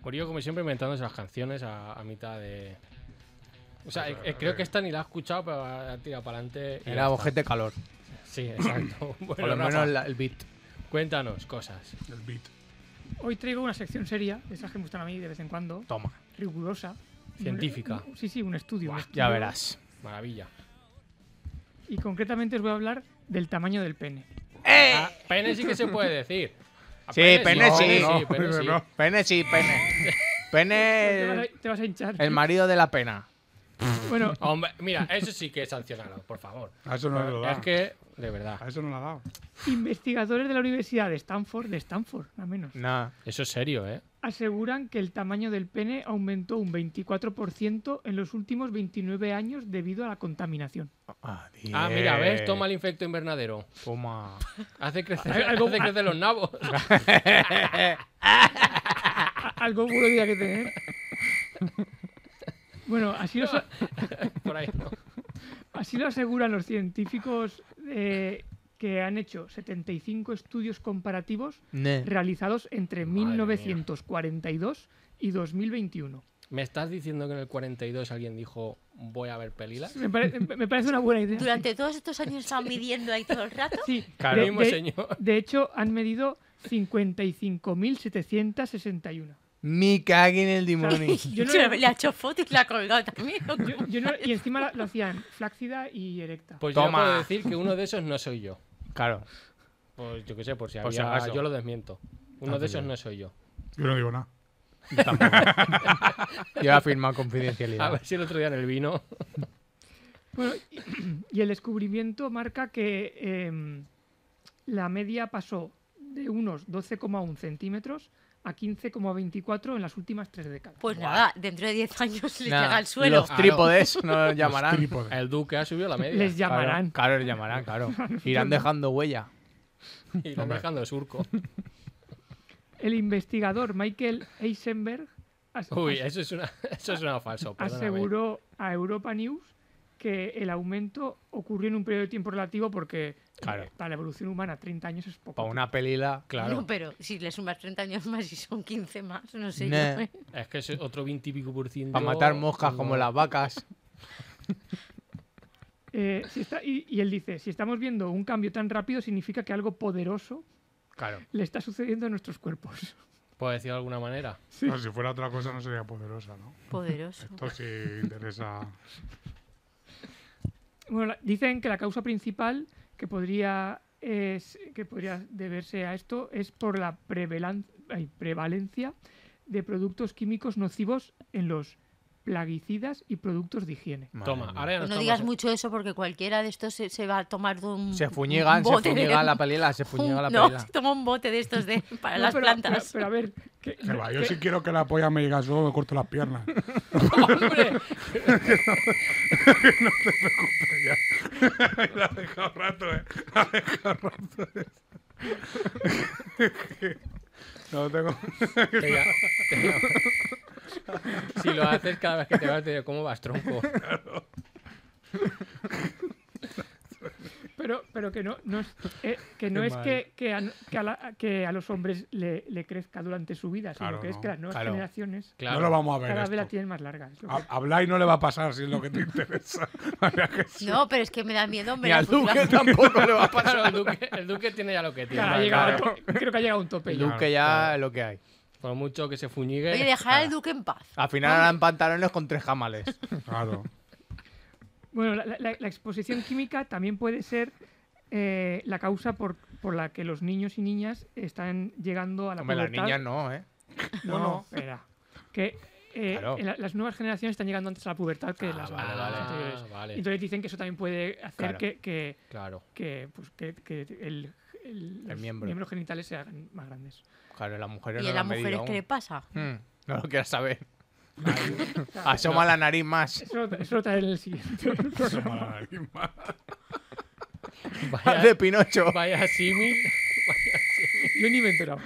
Speaker 3: Corillo, Pues como siempre, inventándose las canciones a, a mitad de. O sea,
Speaker 2: Eso
Speaker 3: eh,
Speaker 2: es.
Speaker 3: creo que esta ni la has escuchado, pero ha tirado para adelante. y ya
Speaker 4: Ah, Era
Speaker 3: está.
Speaker 4: bojete calor.
Speaker 3: Sí, exacto.
Speaker 4: Por
Speaker 3: bueno,
Speaker 4: lo
Speaker 3: Rafa,
Speaker 4: menos la- el beat.
Speaker 3: cuéntanos cosas.
Speaker 2: El beat.
Speaker 6: Hoy traigo una sección seria, de esas que me gustan a mí de vez en cuando,
Speaker 4: Toma.
Speaker 6: rigurosa.
Speaker 3: Científica.
Speaker 6: Un- sí, sí, un estudio. un
Speaker 4: Ya
Speaker 6: estudio.
Speaker 4: verás.
Speaker 3: Maravilla.
Speaker 6: Y concretamente os voy a hablar del tamaño del pene.
Speaker 3: Ah, pene sí que se puede decir. A
Speaker 4: Sí, pene
Speaker 3: pene
Speaker 4: sí.
Speaker 3: sí,
Speaker 2: No,
Speaker 3: pene sí.
Speaker 2: no.
Speaker 4: Pene sí, pene.
Speaker 6: Te vas
Speaker 4: Pene.
Speaker 6: a, te vas a hinchar.
Speaker 4: Eh, El Oh. marido de la pena.
Speaker 6: Bueno,
Speaker 3: Hombre, mira, eso sí que es sancionado, por favor.
Speaker 2: A eso no le lo da.
Speaker 3: Es que, de verdad,
Speaker 2: A eso no le ha dado.
Speaker 6: investigadores de la Universidad de Stanford, de Stanford, nada menos,
Speaker 4: Nah.
Speaker 3: eso es serio, ¿eh?
Speaker 6: aseguran que el tamaño del pene aumentó un 24% en los últimos 29 años debido a la contaminación.
Speaker 3: Ah, mira, ¿ves? Toma el infecto invernadero.
Speaker 4: Toma.
Speaker 3: Hace crecer, hace crecer los nabos.
Speaker 6: A- Algo bueno había que tener. Bueno, así lo, sa-
Speaker 3: Por ahí, ¿no?
Speaker 6: Así lo aseguran los científicos eh, que han hecho 75 estudios comparativos
Speaker 4: Ne.
Speaker 6: realizados entre
Speaker 3: Madre mía.
Speaker 6: 1942 y 2021.
Speaker 3: ¿Me estás diciendo que en el 42 alguien dijo voy a ver pelilas?
Speaker 6: Me, pare- me- me parece una buena idea.
Speaker 5: Durante todos estos años están midiendo ahí todo el rato.
Speaker 6: Sí,
Speaker 4: Claro.
Speaker 6: de,
Speaker 3: mismo
Speaker 6: de-
Speaker 3: señor.
Speaker 6: de hecho, han medido 55.761.
Speaker 4: Mi cague en el demonio.
Speaker 6: Yo no-
Speaker 5: Se le ha hecho foto y la ha colgado también. ¿o qué?
Speaker 6: Yo- yo no- y encima la- lo hacían flácida y erecta.
Speaker 3: Pues yo
Speaker 4: Toma.
Speaker 3: puedo decir que uno de esos no soy yo.
Speaker 4: Claro.
Speaker 3: Pues yo qué sé, por si
Speaker 4: Por si
Speaker 3: había-
Speaker 4: acaso.
Speaker 3: yo lo desmiento. Uno
Speaker 4: Ah,
Speaker 3: de
Speaker 4: pues
Speaker 3: esos
Speaker 4: ya.
Speaker 3: no soy yo.
Speaker 2: Yo no digo nada.
Speaker 4: Yo tampoco. Yo he firmado confidencialidad.
Speaker 3: A ver si el otro día en el vino.
Speaker 6: Bueno, y, y el descubrimiento marca que em, la media pasó de unos 12,1 centímetros a 15,24 en las últimas tres décadas.
Speaker 5: Pues nada, dentro de 10 años le
Speaker 4: Nah,
Speaker 5: llega al suelo.
Speaker 3: Ah,
Speaker 4: Los trípodes no los llamarán.
Speaker 2: Trípode.
Speaker 3: El duque ha subido la media.
Speaker 6: Les llamarán.
Speaker 4: Claro, claro, los llamarán, claro. Irán dejando huella.
Speaker 3: Y lo han
Speaker 2: Hombre.
Speaker 3: dejando de surco.
Speaker 6: El investigador Michael Eisenberg as-
Speaker 3: Uy,
Speaker 6: as-
Speaker 3: eso es una, eso es una falso. perdóname.
Speaker 6: aseguró a Europa News que el aumento ocurrió en un periodo de tiempo relativo porque
Speaker 4: Claro.
Speaker 6: eh, para la evolución humana 30 años es poco.
Speaker 4: Para una pelila.
Speaker 5: No,
Speaker 3: Claro,
Speaker 5: pero si le sumas 30 años más y son 15 más, no sé
Speaker 4: Nah.
Speaker 5: yo, ¿eh?
Speaker 3: es que es otro 20 y pico por ciento.
Speaker 4: Para matar moscas como las vacas.
Speaker 6: Eh, si está- y, y él dice, si estamos viendo un cambio tan rápido significa que algo poderoso
Speaker 4: Claro.
Speaker 6: le está sucediendo a nuestros cuerpos.
Speaker 3: ¿Puedo decir de alguna manera?
Speaker 2: No, si fuera otra cosa no sería poderosa, ¿no?
Speaker 5: Poderoso.
Speaker 2: Esto sí interesa.
Speaker 6: Bueno, la- dicen que la causa principal que podría, es, que podría deberse a esto es por la prevelan- ay, prevalencia de productos químicos nocivos en los plaguicidas y productos de higiene.
Speaker 4: Madre
Speaker 3: Toma,
Speaker 4: mía.
Speaker 3: ahora ya no,
Speaker 5: Pues no
Speaker 3: estamos-
Speaker 5: digas mucho eso porque cualquiera de estos se, se va a tomar de un.
Speaker 4: Se fuñigan,
Speaker 5: un
Speaker 4: se
Speaker 5: Mm, bote de-
Speaker 4: fuñigan la pelila, se fuñigan la
Speaker 5: No,
Speaker 4: pelila.
Speaker 5: se toma un bote de estos de, para
Speaker 6: No,
Speaker 5: las
Speaker 6: pero-
Speaker 5: plantas.
Speaker 6: Pero, pero a ver, que-
Speaker 2: Que va, yo si quiero que la polla me llegue solo, me corto las piernas.
Speaker 3: ¡Hombre!
Speaker 2: la he dejado rato, eh. La he dejado rato. eh. no tengo.
Speaker 3: Te lla- te llamo. si lo haces cada vez que te vas, te digo, ¿cómo vas, tronco?
Speaker 6: pero, pero que no, no es, eh, que, no es que, que, a, que a la- que a los hombres le, le crezca durante su vida, sino
Speaker 2: Claro,
Speaker 6: que es
Speaker 2: no.
Speaker 6: que las nuevas
Speaker 4: Claro.
Speaker 6: generaciones
Speaker 3: Claro.
Speaker 2: No lo vamos a ver.
Speaker 6: cada vez la
Speaker 2: esto. Ah,
Speaker 6: tienen más larga. es lo que-
Speaker 2: Ha- Hablar y no le va a pasar si es lo que te interesa. María Jesús.
Speaker 5: No, pero es que me da miedo. Me
Speaker 4: Ni al Duque tampoco le va a pasar.
Speaker 3: Claro, el, duque, el duque tiene ya lo que tiene.
Speaker 6: Claro, ha llegado a to- creo que ha llegado a un tope.
Speaker 4: El
Speaker 6: ya.
Speaker 4: Duque ya es lo que hay.
Speaker 3: Por mucho que se fuñigue.
Speaker 5: Oye, dejar al duque en paz.
Speaker 4: Al final harán pantalones con tres jamales.
Speaker 2: Claro.
Speaker 6: Bueno, la, la- la exposición química también puede ser eh, la causa por, por la que los niños y niñas están llegando a la
Speaker 4: Hombre, las
Speaker 6: pubertad.
Speaker 4: niñas no, ¿eh?
Speaker 6: no, espera. Que eh,
Speaker 4: Claro.
Speaker 6: en la- las nuevas generaciones están llegando antes a la pubertad que
Speaker 3: Ah,
Speaker 6: las
Speaker 3: vale,
Speaker 6: las
Speaker 3: vale.
Speaker 6: anteriores.
Speaker 3: Ah, vale.
Speaker 6: Entonces dicen que eso también puede hacer
Speaker 4: Claro.
Speaker 6: que, que,
Speaker 3: Claro.
Speaker 6: que, pues, que- que el, el- los
Speaker 4: miembro.
Speaker 6: miembros genitales se hagan más grandes.
Speaker 4: Claro, las mujeres
Speaker 5: ¿Y
Speaker 4: no
Speaker 5: a
Speaker 4: lo
Speaker 5: las
Speaker 4: han medido
Speaker 5: mujeres qué le
Speaker 4: aún.
Speaker 5: pasa?
Speaker 4: Hmm, No lo quieras saber. Asoma la nariz más.
Speaker 6: Eso, eso lo traeré en el siguiente.
Speaker 3: Vaya,
Speaker 4: De Pinocho.
Speaker 3: vaya símil.
Speaker 6: Yo ni me he enterado.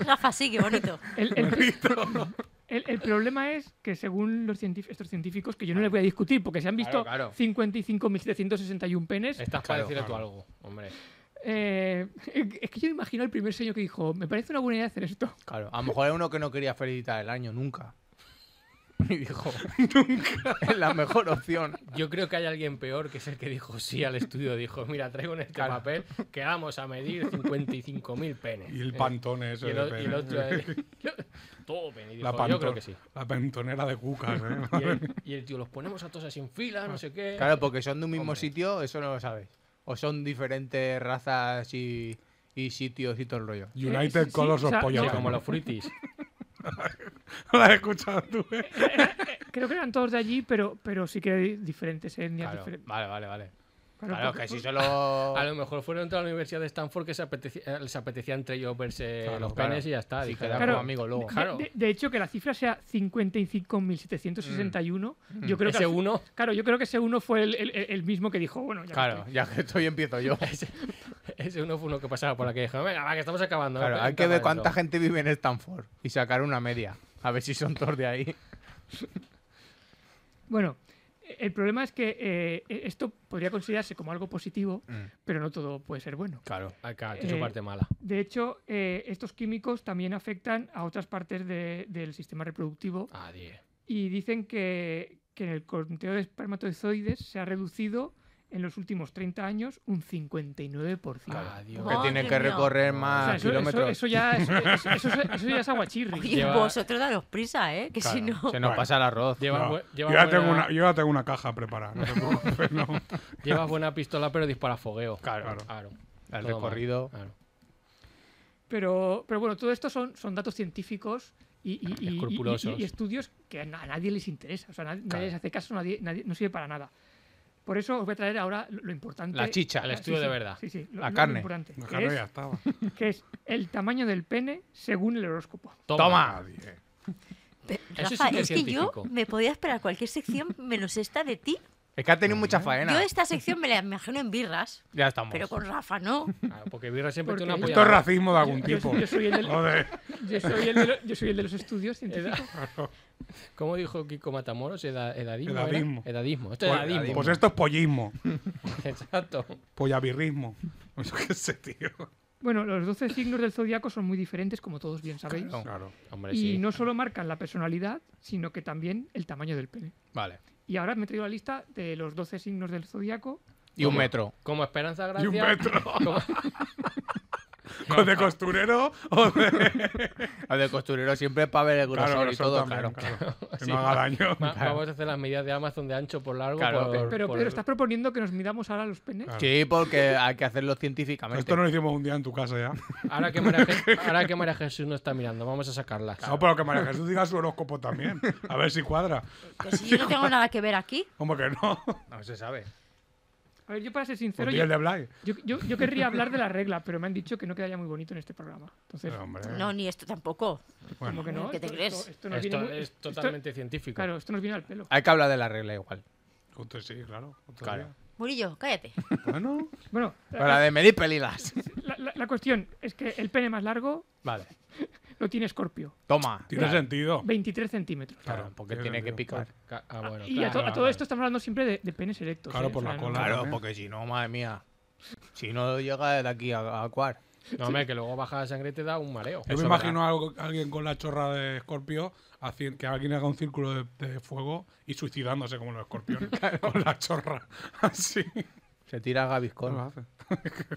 Speaker 5: Rafa, sí, qué bonito.
Speaker 6: El, el- el- el problema es que según los científ- estos científicos, que yo no les voy a discutir porque se han visto
Speaker 4: Claro, claro.
Speaker 6: 55.761 penes,
Speaker 3: Estás para
Speaker 4: Claro,
Speaker 3: decirle tú
Speaker 4: claro.
Speaker 3: algo, hombre.
Speaker 6: eh, es que yo me imagino el primer sueño que dijo, me parece una buena idea hacer esto.
Speaker 4: Claro, a lo mejor era uno que no quería felicitar el año nunca. Y dijo, nunca. Es la mejor opción.
Speaker 3: Yo creo que hay alguien peor que es el que dijo sí al estudio. Dijo, mira, traigo en este papel que vamos a medir 55.000 penes.
Speaker 2: Y
Speaker 3: Eh,
Speaker 2: el pantone
Speaker 3: y
Speaker 2: ese.
Speaker 3: el,
Speaker 2: de
Speaker 3: o- y el
Speaker 2: pene.
Speaker 3: otro... todo pene. Y
Speaker 2: la,
Speaker 3: dijo, yo
Speaker 2: panto-
Speaker 3: creo que sí.
Speaker 2: la pantonera de cucas,
Speaker 3: Y
Speaker 2: ¿eh?
Speaker 3: el, y el tío, los ponemos a todos así en fila, no sé qué.
Speaker 4: Ah. Claro, porque son de un mismo
Speaker 3: Hombre.
Speaker 4: sitio, eso no lo sabes. O son diferentes razas y, y sitios y todo el rollo.
Speaker 2: United
Speaker 6: sí,
Speaker 2: Colors
Speaker 6: o sea,
Speaker 2: of Pollo.
Speaker 6: no,
Speaker 3: Sí, como los fruitis.
Speaker 2: ¿La has escuchado tú, eh?
Speaker 6: Creo que eran todos de allí, pero, pero sí que hay diferentes eh, etnias.
Speaker 4: Claro,
Speaker 6: diferentes-
Speaker 4: vale, vale, vale.
Speaker 6: claro,
Speaker 4: Claro,
Speaker 6: porque-
Speaker 4: que si solo.
Speaker 3: A lo mejor fueron toda la Universidad de Stanford que se apetecía, les apetecía entre ellos verse
Speaker 4: Claro,
Speaker 3: los
Speaker 4: claro.
Speaker 3: penes y ya está.
Speaker 4: Sí,
Speaker 3: Dijeron,
Speaker 4: queda
Speaker 6: Claro.
Speaker 4: como amigo luego.
Speaker 6: de-
Speaker 3: claro.
Speaker 6: de, de hecho, que la cifra sea 55.761,
Speaker 4: Mm.
Speaker 6: yo creo que...
Speaker 3: ese
Speaker 6: al fi-
Speaker 3: uno,
Speaker 6: Claro, yo creo que ese uno fue el, el- el mismo que dijo, bueno, ya
Speaker 4: Claro,
Speaker 6: estoy.
Speaker 4: ya que estoy empiezo yo.
Speaker 3: ese, ese uno fue uno que pasaba por aquí y dijo, venga, va, que estamos acabando.
Speaker 4: Claro,
Speaker 3: ¿no?
Speaker 4: hay que ver
Speaker 3: Acaba eso".
Speaker 4: cuánta gente vive en Stanford y sacar una media. A ver si son todos de ahí.
Speaker 6: Bueno, eh, el problema es que eh, esto podría considerarse como algo positivo,
Speaker 4: Mm.
Speaker 6: pero no todo puede ser bueno.
Speaker 4: Claro.
Speaker 3: Acá, que es su
Speaker 6: Eh,
Speaker 3: parte mala.
Speaker 6: De hecho, eh, estos químicos también afectan a otras partes de- del sistema reproductivo
Speaker 3: Ah, die.
Speaker 6: y dicen que, que en el conteo de espermatozoides se ha reducido en los últimos 30 años un 59%.
Speaker 3: Ah, die.
Speaker 4: Que
Speaker 5: Oh,
Speaker 4: tienen
Speaker 5: Dios
Speaker 4: que
Speaker 5: mío.
Speaker 4: recorrer
Speaker 6: O sea,
Speaker 4: más
Speaker 6: eso, eso-
Speaker 4: kilómetros.
Speaker 6: eso ya es, eso- eso- eso ya es aguachirri.
Speaker 5: Oye, pues,
Speaker 3: Lleva-
Speaker 5: vosotros daros prisa, ¿eh? Que si
Speaker 4: Claro,
Speaker 5: no...
Speaker 4: Se nos
Speaker 2: Bueno.
Speaker 4: pasa el arroz.
Speaker 3: Lleva
Speaker 2: No,
Speaker 3: bu-
Speaker 2: yo,
Speaker 3: lleva
Speaker 2: ya tengo
Speaker 3: buena-
Speaker 2: una, yo ya tengo una caja preparada, no te preocupes, no.
Speaker 3: Llevas buena pistola, pero dispara fogueo.
Speaker 2: Claro.
Speaker 4: El
Speaker 3: Todo mal.
Speaker 4: recorrido.
Speaker 3: Claro.
Speaker 6: Pero, pero bueno, todo esto son, son datos científicos y, y- y- y- y-
Speaker 3: Escrupulosos.
Speaker 6: y estudios que a na- a nadie les interesa. O sea, na- nadie,
Speaker 3: Claro.
Speaker 6: les hace caso, nadie, nadie- no sirve para nada. Por eso os voy a traer ahora lo, lo importante.
Speaker 4: La chicha, el
Speaker 6: Ah, sí,
Speaker 3: estudio
Speaker 6: sí,
Speaker 3: de verdad.
Speaker 6: Sí, sí, lo-
Speaker 4: La
Speaker 6: lo- lo
Speaker 4: carne.
Speaker 6: importante,
Speaker 2: La
Speaker 6: que,
Speaker 2: carne ya
Speaker 6: es,
Speaker 2: estaba.
Speaker 6: que es el tamaño del pene según el horóscopo.
Speaker 4: Toma.
Speaker 2: Nadie.
Speaker 5: Pe-
Speaker 3: Eso sí
Speaker 5: Rafa,
Speaker 3: que es
Speaker 5: es que yo
Speaker 3: científico.
Speaker 5: me podía esperar cualquier sección menos esta de ti.
Speaker 4: Es que ha tenido mucha faena.
Speaker 5: Yo esta sección me la imagino en birras,
Speaker 4: Ya estamos.
Speaker 5: pero con Rafa no.
Speaker 3: Claro, porque Birra siempre
Speaker 6: Porque
Speaker 3: tiene una
Speaker 6: yo-
Speaker 2: Esto es
Speaker 3: polla.
Speaker 2: racismo de algún
Speaker 6: Yo- yo-
Speaker 2: tipo.
Speaker 6: yo soy el del-
Speaker 2: Joder.
Speaker 6: Yo soy el de, lo- yo soy el de los estudios científicos.
Speaker 3: ¿Cómo dijo Kiko Matamoros? Eda- edadismo. era?
Speaker 2: Edadismo.
Speaker 3: Edadismo. Esto es edadismo.
Speaker 2: Pues, pues esto es pollismo,
Speaker 3: Exacto.
Speaker 2: pollavirrismo. Yo qué sé, tío.
Speaker 6: Bueno, los 12 signos del zodiaco son muy diferentes, como todos bien sabéis.
Speaker 4: Claro.
Speaker 2: Claro.
Speaker 3: Hombre, sí.
Speaker 6: Y no solo marcan la personalidad, sino que también el tamaño del pene.
Speaker 4: Vale.
Speaker 6: Y ahora me he traído la lista de los 12 signos del zodiaco.
Speaker 4: Y un metro.
Speaker 3: Como Esperanza Gracia.
Speaker 2: Y un metro.
Speaker 3: como-
Speaker 2: ¿O de costurero o de.
Speaker 4: El de costurero siempre es para ver el grosor
Speaker 2: Claro,
Speaker 4: y
Speaker 2: eso
Speaker 4: todo,
Speaker 2: también,
Speaker 4: claro.
Speaker 2: claro. Que
Speaker 3: Sí,
Speaker 2: no haga daño.
Speaker 3: Ma- Vamos a hacer las medidas de Amazon de ancho por largo.
Speaker 4: Claro,
Speaker 3: por-
Speaker 4: ok.
Speaker 6: Pero
Speaker 3: por-
Speaker 6: Pedro, ¿estás proponiendo que nos midamos ahora los penes?
Speaker 2: Claro.
Speaker 4: Sí, porque hay que hacerlo científicamente.
Speaker 2: Esto no lo hicimos un día en tu casa ya.
Speaker 3: Ahora, que María Je- ahora que María Jesús no está mirando, vamos a sacarlas.
Speaker 2: No, pero que María Jesús diga su horóscopo también. A ver si cuadra.
Speaker 5: Que si yo no tengo nada que ver aquí.
Speaker 4: Eh.
Speaker 2: Como que no.
Speaker 4: No se sabe.
Speaker 6: A ver, yo para ser sincero,
Speaker 2: Un
Speaker 6: yo,
Speaker 2: día de Blay.
Speaker 6: yo, yo- yo querría hablar de la regla, pero me han dicho que no quedaría muy bonito en este programa. Entonces,
Speaker 2: Pero, hombre.
Speaker 5: No, ni esto tampoco.
Speaker 6: como que no.
Speaker 5: ¿Qué te
Speaker 6: esto-
Speaker 5: crees?
Speaker 6: Esto, esto nos
Speaker 3: Esto
Speaker 6: viene muy-
Speaker 3: es
Speaker 6: esto-
Speaker 3: totalmente científico.
Speaker 6: claro, esto nos viene al pelo.
Speaker 4: Hay que hablar de la regla igual.
Speaker 2: Justo sí, claro. otro
Speaker 4: Claro.
Speaker 5: Murillo, cállate.
Speaker 2: día. Bueno,
Speaker 6: Bueno,
Speaker 4: Pero la
Speaker 6: la,
Speaker 4: de medir pelilas.
Speaker 6: la- la- la cuestión es que el pene más largo
Speaker 4: Vale.
Speaker 6: lo tiene Escorpio,
Speaker 4: Toma.
Speaker 2: tiene
Speaker 4: Claro,
Speaker 2: sentido.
Speaker 6: 23 centímetros.
Speaker 4: Claro, porque tiene que picar.
Speaker 3: Ca- Ah, bueno,
Speaker 6: Y a, to-
Speaker 3: claro,
Speaker 6: a todo
Speaker 3: vale.
Speaker 6: esto estamos hablando siempre de, de penes erectos.
Speaker 2: Claro,
Speaker 6: ¿eh?
Speaker 2: por
Speaker 6: O sea,
Speaker 2: la
Speaker 6: no-
Speaker 2: cola.
Speaker 4: Claro,
Speaker 2: también.
Speaker 4: porque si no, madre mía. Si no llega de aquí a, a Cuar.
Speaker 3: No, hombre, que luego baja la sangre y te da un mareo.
Speaker 2: Yo me
Speaker 4: Eso,
Speaker 2: imagino a algo- alguien con la chorra de escorpio haci- que alguien haga un círculo de, de fuego y suicidándose como los escorpiones con la chorra. Así.
Speaker 4: Se tira a
Speaker 2: No lo
Speaker 4: Gaviscon.
Speaker 2: hace.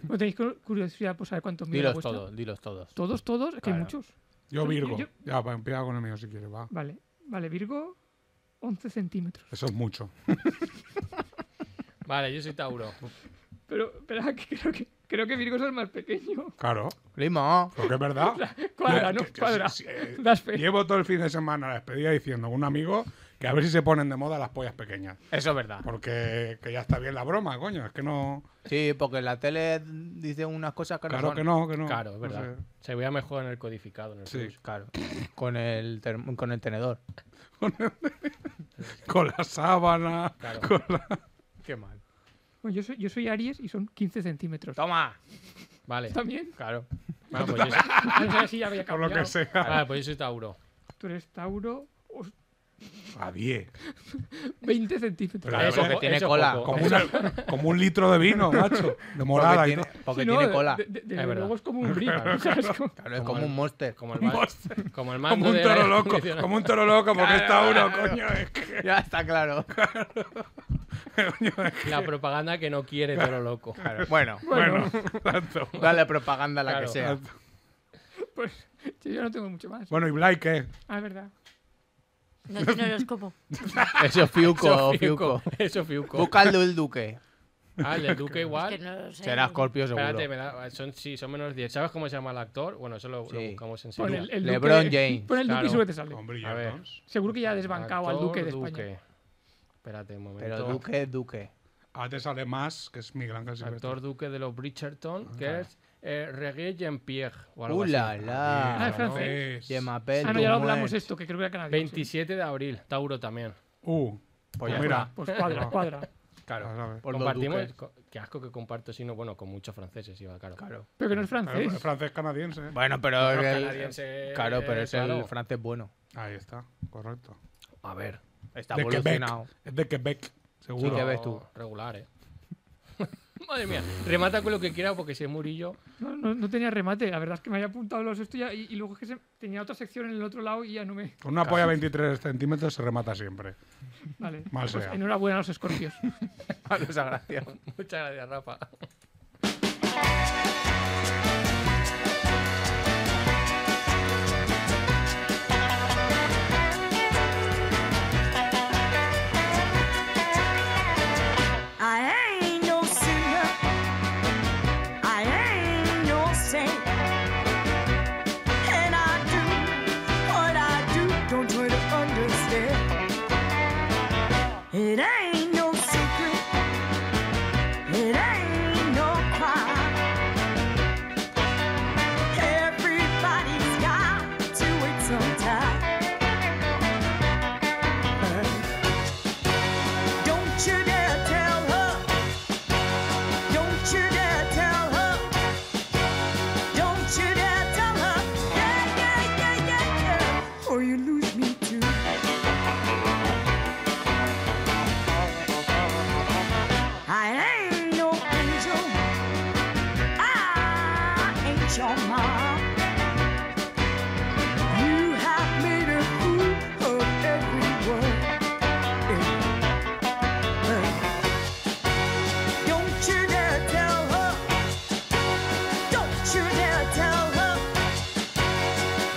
Speaker 6: ¿No tenéis cu- curiosidad por saber cuántos mide la
Speaker 4: Dilos
Speaker 6: vuestra?
Speaker 4: todos, dilos todos.
Speaker 6: Todos, todos, es que hay
Speaker 4: Claro.
Speaker 6: muchos.
Speaker 2: Yo Virgo.
Speaker 6: yo-
Speaker 2: Ya, va, empieza con el mío si quieres, va.
Speaker 6: Vale, vale, Virgo, 11 centímetros.
Speaker 2: Eso es mucho.
Speaker 3: Vale, yo soy Tauro.
Speaker 6: Pero, espera, que creo que, creo que Virgo es el más pequeño.
Speaker 2: Claro.
Speaker 4: Primo.
Speaker 2: Porque es verdad.
Speaker 6: Cuadra, ¿no?
Speaker 2: Que- que-
Speaker 6: Cuadra.
Speaker 2: sí, sí.
Speaker 6: Das fe.
Speaker 2: Llevo todo el fin de semana a la despedida diciendo a un amigo que a ver si se ponen de moda las pollas pequeñas.
Speaker 4: Eso es verdad.
Speaker 2: Porque que ya está bien la broma, coño. Es que no.
Speaker 4: Sí, porque la tele dice unas cosas que no
Speaker 2: Claro
Speaker 4: son.
Speaker 2: que no, que no.
Speaker 3: Claro, es
Speaker 2: No
Speaker 3: verdad.
Speaker 2: sé.
Speaker 3: Se veía mejor en el codificado. En el
Speaker 2: Sí.
Speaker 3: Plus, claro.
Speaker 4: Con el, term- con el tenedor.
Speaker 2: Con la sábana.
Speaker 3: Claro.
Speaker 2: Con la...
Speaker 4: Qué mal.
Speaker 6: Bueno, Pues yo, soy, yo soy Aries y son 15 centímetros.
Speaker 4: Toma.
Speaker 3: Vale.
Speaker 6: ¿También?
Speaker 4: Claro.
Speaker 3: Bueno, pues yo soy-
Speaker 6: Ah, no sé si ya había
Speaker 2: Con lo
Speaker 6: cambiado.
Speaker 2: que sea.
Speaker 3: vale, pues yo soy Tauro.
Speaker 6: Tú eres Tauro. Os-
Speaker 2: A 10.
Speaker 6: 20 centímetros.
Speaker 2: Pero a
Speaker 4: Eso,
Speaker 2: ver,
Speaker 4: que
Speaker 3: eso
Speaker 4: tiene
Speaker 3: es
Speaker 4: cola.
Speaker 3: poco.
Speaker 2: como, una- como un litro de vino, macho. De morada. y
Speaker 4: porque tiene,
Speaker 2: todo.
Speaker 4: porque
Speaker 6: Sí, no, eh,
Speaker 4: tiene cola.
Speaker 6: de- de- desde
Speaker 3: Es verdad.
Speaker 6: luego es como un brick. o sea, es como-
Speaker 4: Claro, es como un monster.
Speaker 3: Como el, ma- como el mando
Speaker 2: Como un
Speaker 3: del aire
Speaker 2: toro loco.
Speaker 3: acondicionado.
Speaker 2: Como un toro loco, porque está uno, coño. Es que,
Speaker 4: Ya está claro.
Speaker 2: coño, es
Speaker 3: La propaganda que no quiere toro loco.
Speaker 4: Bueno,
Speaker 2: Bueno,
Speaker 6: Bueno,
Speaker 2: tanto.
Speaker 4: dale propaganda a la
Speaker 3: Claro.
Speaker 4: que sea.
Speaker 6: pues yo no tengo mucho más.
Speaker 2: Bueno, ¿y Blay qué?
Speaker 6: Ah, es verdad.
Speaker 5: No tiene horóscopo.
Speaker 4: Eso es
Speaker 3: Eso
Speaker 4: Fiuco,
Speaker 3: es
Speaker 4: Fiuco.
Speaker 3: Fiuco. Eso es Fiuco.
Speaker 4: Busca el del duque.
Speaker 3: Ah, el del Duque
Speaker 5: Es
Speaker 3: igual.
Speaker 5: que no lo sé. Ah,
Speaker 4: Será Scorpio seguro.
Speaker 3: Espérate, me da, son, sí, son menos 10. ¿Sabes cómo se llama el actor? Bueno, eso lo, lo
Speaker 4: Sí.
Speaker 3: buscamos en
Speaker 6: Pon
Speaker 3: serio.
Speaker 6: el, el
Speaker 4: LeBron
Speaker 6: duque,
Speaker 4: James.
Speaker 6: Pon el duque y
Speaker 3: Claro.
Speaker 6: sube te sale.
Speaker 2: Con Bridget
Speaker 3: A ver.
Speaker 2: Jones.
Speaker 6: Seguro que ya ha desbancado al duque de España.
Speaker 3: Espérate un momento.
Speaker 4: Pero duque es duque.
Speaker 2: Ah, te sale más, que es Miguel Ángel Silvestre.
Speaker 3: Actor duque de los Bridgerton, que es eh, Regé Jean-Pierre. o algo así.
Speaker 4: ¡Ula, la!
Speaker 6: Ah, es
Speaker 3: ¿no?
Speaker 6: francés.
Speaker 4: Je
Speaker 2: Pues
Speaker 4: m'appelle
Speaker 6: Ah, no, ya lo
Speaker 4: Dumont.
Speaker 6: hablamos esto, que creo que era canadiense.
Speaker 3: 27 de abril, Tauro también.
Speaker 2: Uh,
Speaker 4: Pues ya
Speaker 2: mira.
Speaker 4: está.
Speaker 6: Pues cuadra, cuadra.
Speaker 2: Ya sabes.
Speaker 4: Por dos
Speaker 3: Compartimos.
Speaker 4: duques.
Speaker 3: co- Qué asco que comparto, sino bueno, con muchos franceses, iba, claro.
Speaker 4: Claro.
Speaker 6: Pero que no es
Speaker 2: Pero
Speaker 6: francés.
Speaker 2: es francés canadiense. ¿eh?
Speaker 4: Bueno, pero.
Speaker 3: Los
Speaker 4: es el-
Speaker 3: canadienses,
Speaker 4: Claro, pero es el
Speaker 3: claro.
Speaker 4: francés bueno.
Speaker 2: Ahí está, correcto.
Speaker 3: A ver.
Speaker 4: Está
Speaker 2: de
Speaker 4: evolucionado.
Speaker 2: Quebec. Es de Quebec, seguro.
Speaker 4: Sí,
Speaker 3: no,
Speaker 4: Quebec. ves tú?
Speaker 3: Regular, eh. Madre mía, remata con lo que quiera porque si es Murillo.
Speaker 6: No, no- no tenía remate. La verdad es que me había apuntado los esto ya, y, y luego es que se- tenía otra sección en el otro lado y ya no me.
Speaker 2: Con una polla 23 centímetros se remata siempre.
Speaker 6: Vale.
Speaker 2: Mal
Speaker 6: Pues
Speaker 2: sea.
Speaker 6: enhorabuena a los escorpios.
Speaker 3: Ah,
Speaker 4: Muchas gracias.
Speaker 3: Muchas gracias, Rafa.
Speaker 7: I ain't no sinner. I ain't no saint. And I do what I do. Don't try to understand. It ain't no secret. It ain't no crime. Everybody's got to it sometime. Don't you dare tell her. Don't you dare tell her. Don't you dare tell her. Yeah, yeah, yeah, yeah, yeah. Or you lose me too. I ain't no angel. I ain't your mom. You have made a fool of everyone. Don't you dare tell her. Don't you dare tell her.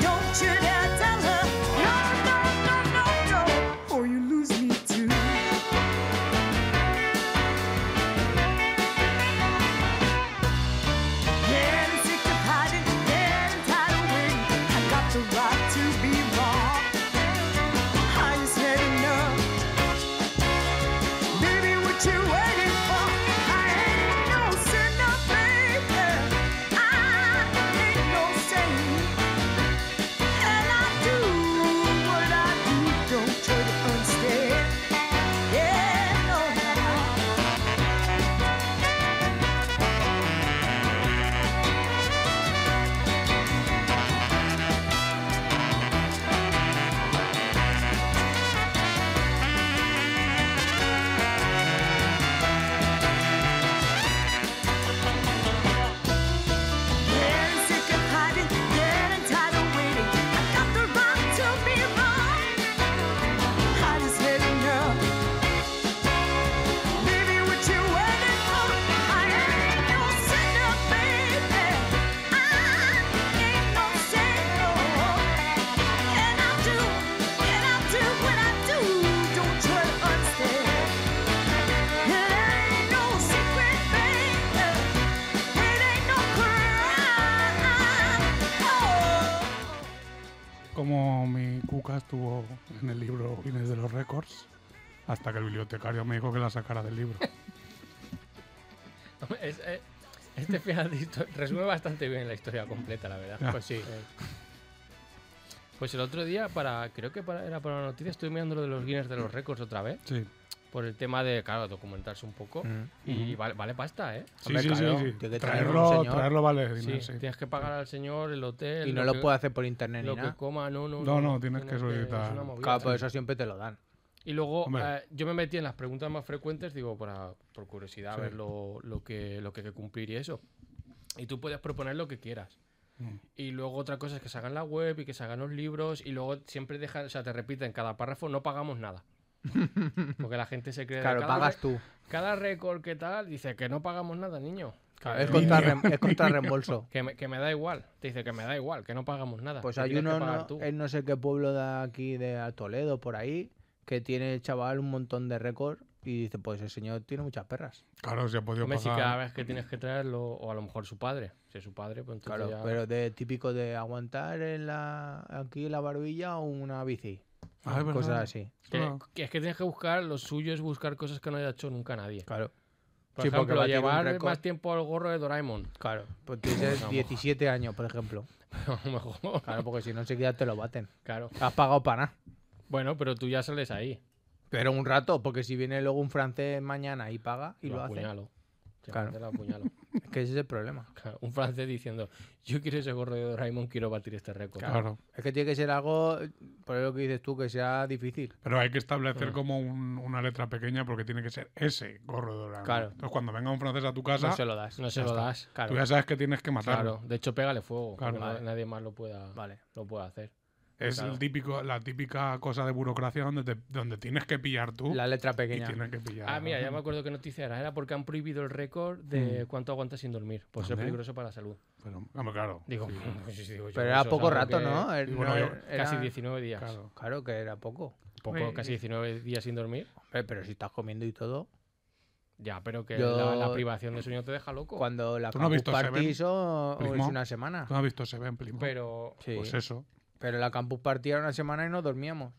Speaker 7: Don't you dare tell her. No, no, no, no, no. Or you lose me too. Yeah, I'm sick of hiding. Yeah, I'm tired of waiting. I got the right to be wrong. I just had enough. Baby, what you waiting for? I ain't no sinner, baby. I ain't no saint. And I do what I do. Don't try to understand. Yeah, no. Yeah, I'm sick of hiding. Yeah, I'm tired of waiting. I got the right to be wrong. I just had enough. Baby, what you waiting for? I ain't no sinner, baby. I ain't no saint, And I do, and I do what I do. Don't try to understand. It ain't no secret, baby. It ain't no crime. Oh.
Speaker 2: Como mi cuca estuvo en el libro Guinness de los Récords, hasta que el bibliotecario me dijo que la sacara del libro.
Speaker 3: Hombre, es- eh, este final de histo- resume bastante bien la historia completa, la verdad.
Speaker 2: Ya.
Speaker 3: Pues sí. Pues el otro día, para creo que para- era para la noticia, estoy mirando lo de los Guinness de los récords otra vez.
Speaker 2: Sí.
Speaker 3: por el tema de, claro, documentarse un poco.
Speaker 2: Mm.
Speaker 4: Mm.
Speaker 3: Y vale, vale pasta, ¿eh?
Speaker 2: Sí,
Speaker 4: Hombre,
Speaker 2: sí,
Speaker 4: claro,
Speaker 2: sí, sí.
Speaker 4: tiene que traer un
Speaker 2: Traerlo,
Speaker 4: señor.
Speaker 2: traerlo vale
Speaker 3: Sí,
Speaker 2: dinero, sí.
Speaker 3: tienes que pagar al señor el hotel.
Speaker 4: Y no lo
Speaker 3: que-
Speaker 4: puedes hacer por internet
Speaker 3: Lo
Speaker 4: ni nada.
Speaker 3: que coma, no, no.
Speaker 2: No, no, tienes que
Speaker 3: es
Speaker 2: solicitar.
Speaker 3: una movida,
Speaker 4: Claro, por
Speaker 3: chaval.
Speaker 4: eso siempre te lo dan.
Speaker 3: Y luego
Speaker 2: Hombre.
Speaker 3: eh, yo me metí en las preguntas más frecuentes, digo, para, por curiosidad, a
Speaker 2: Sí.
Speaker 3: ver lo, lo que, lo que hay que cumplir y eso. Y tú puedes proponer lo que quieras.
Speaker 2: Mm.
Speaker 3: Y luego otra cosa es que se hagan la web y que se hagan los libros y luego siempre dejan, o sea, te repiten cada párrafo, no pagamos nada. Porque la gente se cree... de
Speaker 4: Claro,
Speaker 3: cada,
Speaker 4: pagas tú.
Speaker 3: Cada récord que tal dice que no pagamos nada, niño. Que,
Speaker 4: Es contra, rem- es contra reembolso.
Speaker 3: que me, que me da igual. Te dice que me da igual, que no pagamos nada.
Speaker 4: Pues
Speaker 3: que
Speaker 4: hay
Speaker 3: tienes que
Speaker 4: uno
Speaker 3: pagar
Speaker 4: no-
Speaker 3: tú.
Speaker 4: en no sé qué pueblo de aquí, de Toledo, por ahí, que tiene el chaval un montón de récords y dice, pues el señor tiene muchas perras.
Speaker 2: Claro, si ha podido
Speaker 3: Hombre, si cada
Speaker 2: pagar.
Speaker 3: vez que tienes que traerlo, o a lo mejor su padre. Si es su padre, pues entonces
Speaker 4: Claro,
Speaker 3: ya-
Speaker 4: pero de típico de aguantar en la, aquí en la barbilla una bici.
Speaker 2: Ah, es verdad.
Speaker 4: cosas así.
Speaker 3: Que-
Speaker 2: Claro.
Speaker 3: que es que tienes que buscar, lo suyo es buscar cosas que no haya hecho nunca nadie.
Speaker 4: Claro.
Speaker 3: Por
Speaker 4: Sí, porque
Speaker 3: ejemplo,
Speaker 4: batir un
Speaker 3: llevar
Speaker 4: récord-
Speaker 3: más tiempo al gorro de Doraemon.
Speaker 4: Claro, pues tienes
Speaker 3: Vamos.
Speaker 4: 17 años, por ejemplo.
Speaker 3: A lo mejor.
Speaker 4: Claro, porque si no enseguida te lo baten.
Speaker 3: Claro.
Speaker 4: Has pagado para nada.
Speaker 3: Bueno, pero tú ya sales ahí.
Speaker 4: Pero un rato, porque si viene luego un francés mañana y paga y
Speaker 3: lo,
Speaker 4: lo, hace.
Speaker 3: apuñalo. Te
Speaker 4: Claro.
Speaker 3: mando, lo apuñalo.
Speaker 4: Es que ese es el problema.
Speaker 3: Claro, Un francés diciendo, yo quiero ese gorro de Doraemon, quiero batir este récord.
Speaker 2: Claro.
Speaker 4: Es que tiene que ser algo, por lo que dices tú, que sea difícil.
Speaker 2: Pero hay que establecer como un- una letra pequeña porque tiene que ser ese gorro de Doraemon.
Speaker 4: Claro.
Speaker 2: Entonces, cuando venga un francés a tu casa,
Speaker 4: no se lo das.
Speaker 3: No se lo das.
Speaker 2: tú
Speaker 4: Claro.
Speaker 2: ya sabes que tienes que
Speaker 3: Claro.
Speaker 2: matarlo.
Speaker 3: De hecho, pégale fuego.
Speaker 2: Claro.
Speaker 3: porque no-
Speaker 4: Vale.
Speaker 3: nadie más lo pueda,
Speaker 4: Vale.
Speaker 3: lo pueda hacer.
Speaker 2: Es
Speaker 3: Claro.
Speaker 2: el típico, la típica cosa de burocracia donde, te- donde tienes que pillar tú
Speaker 4: La letra
Speaker 2: y
Speaker 4: pequeña.
Speaker 2: tienes que pillar.
Speaker 3: Ah, mira, ya me acuerdo qué noticia era. Era porque han prohibido el récord
Speaker 4: Mm.
Speaker 3: de cuánto aguantas sin dormir. Por ser
Speaker 2: Hombre.
Speaker 3: peligroso para la salud.
Speaker 2: Pero- hombre, claro.
Speaker 3: Digo, pues, digo yo,
Speaker 4: Pero era
Speaker 3: eso es
Speaker 4: poco
Speaker 3: algo
Speaker 4: rato,
Speaker 3: que-
Speaker 4: ¿no? Er-
Speaker 2: Y bueno,
Speaker 4: no,
Speaker 2: yo-
Speaker 4: er-
Speaker 3: Casi
Speaker 4: era-
Speaker 3: 19 días.
Speaker 2: Claro.
Speaker 4: Claro que era poco.
Speaker 3: Poco,
Speaker 6: Hombre,
Speaker 3: casi 19 días sin dormir.
Speaker 4: Hombre, pero si estás comiendo y todo.
Speaker 3: Ya, pero que
Speaker 4: Yo-
Speaker 3: la, la privación de sueño te deja loco.
Speaker 4: Cuando la
Speaker 2: ¿Tú no has
Speaker 4: campus
Speaker 2: visto Seven?
Speaker 4: party eso, o es
Speaker 2: Primo.
Speaker 4: una semana.
Speaker 2: ¿Tú has visto se ven Primo?
Speaker 3: Pero
Speaker 4: Sí.
Speaker 2: Pues eso.
Speaker 4: Pero la campus party era una semana y no dormíamos.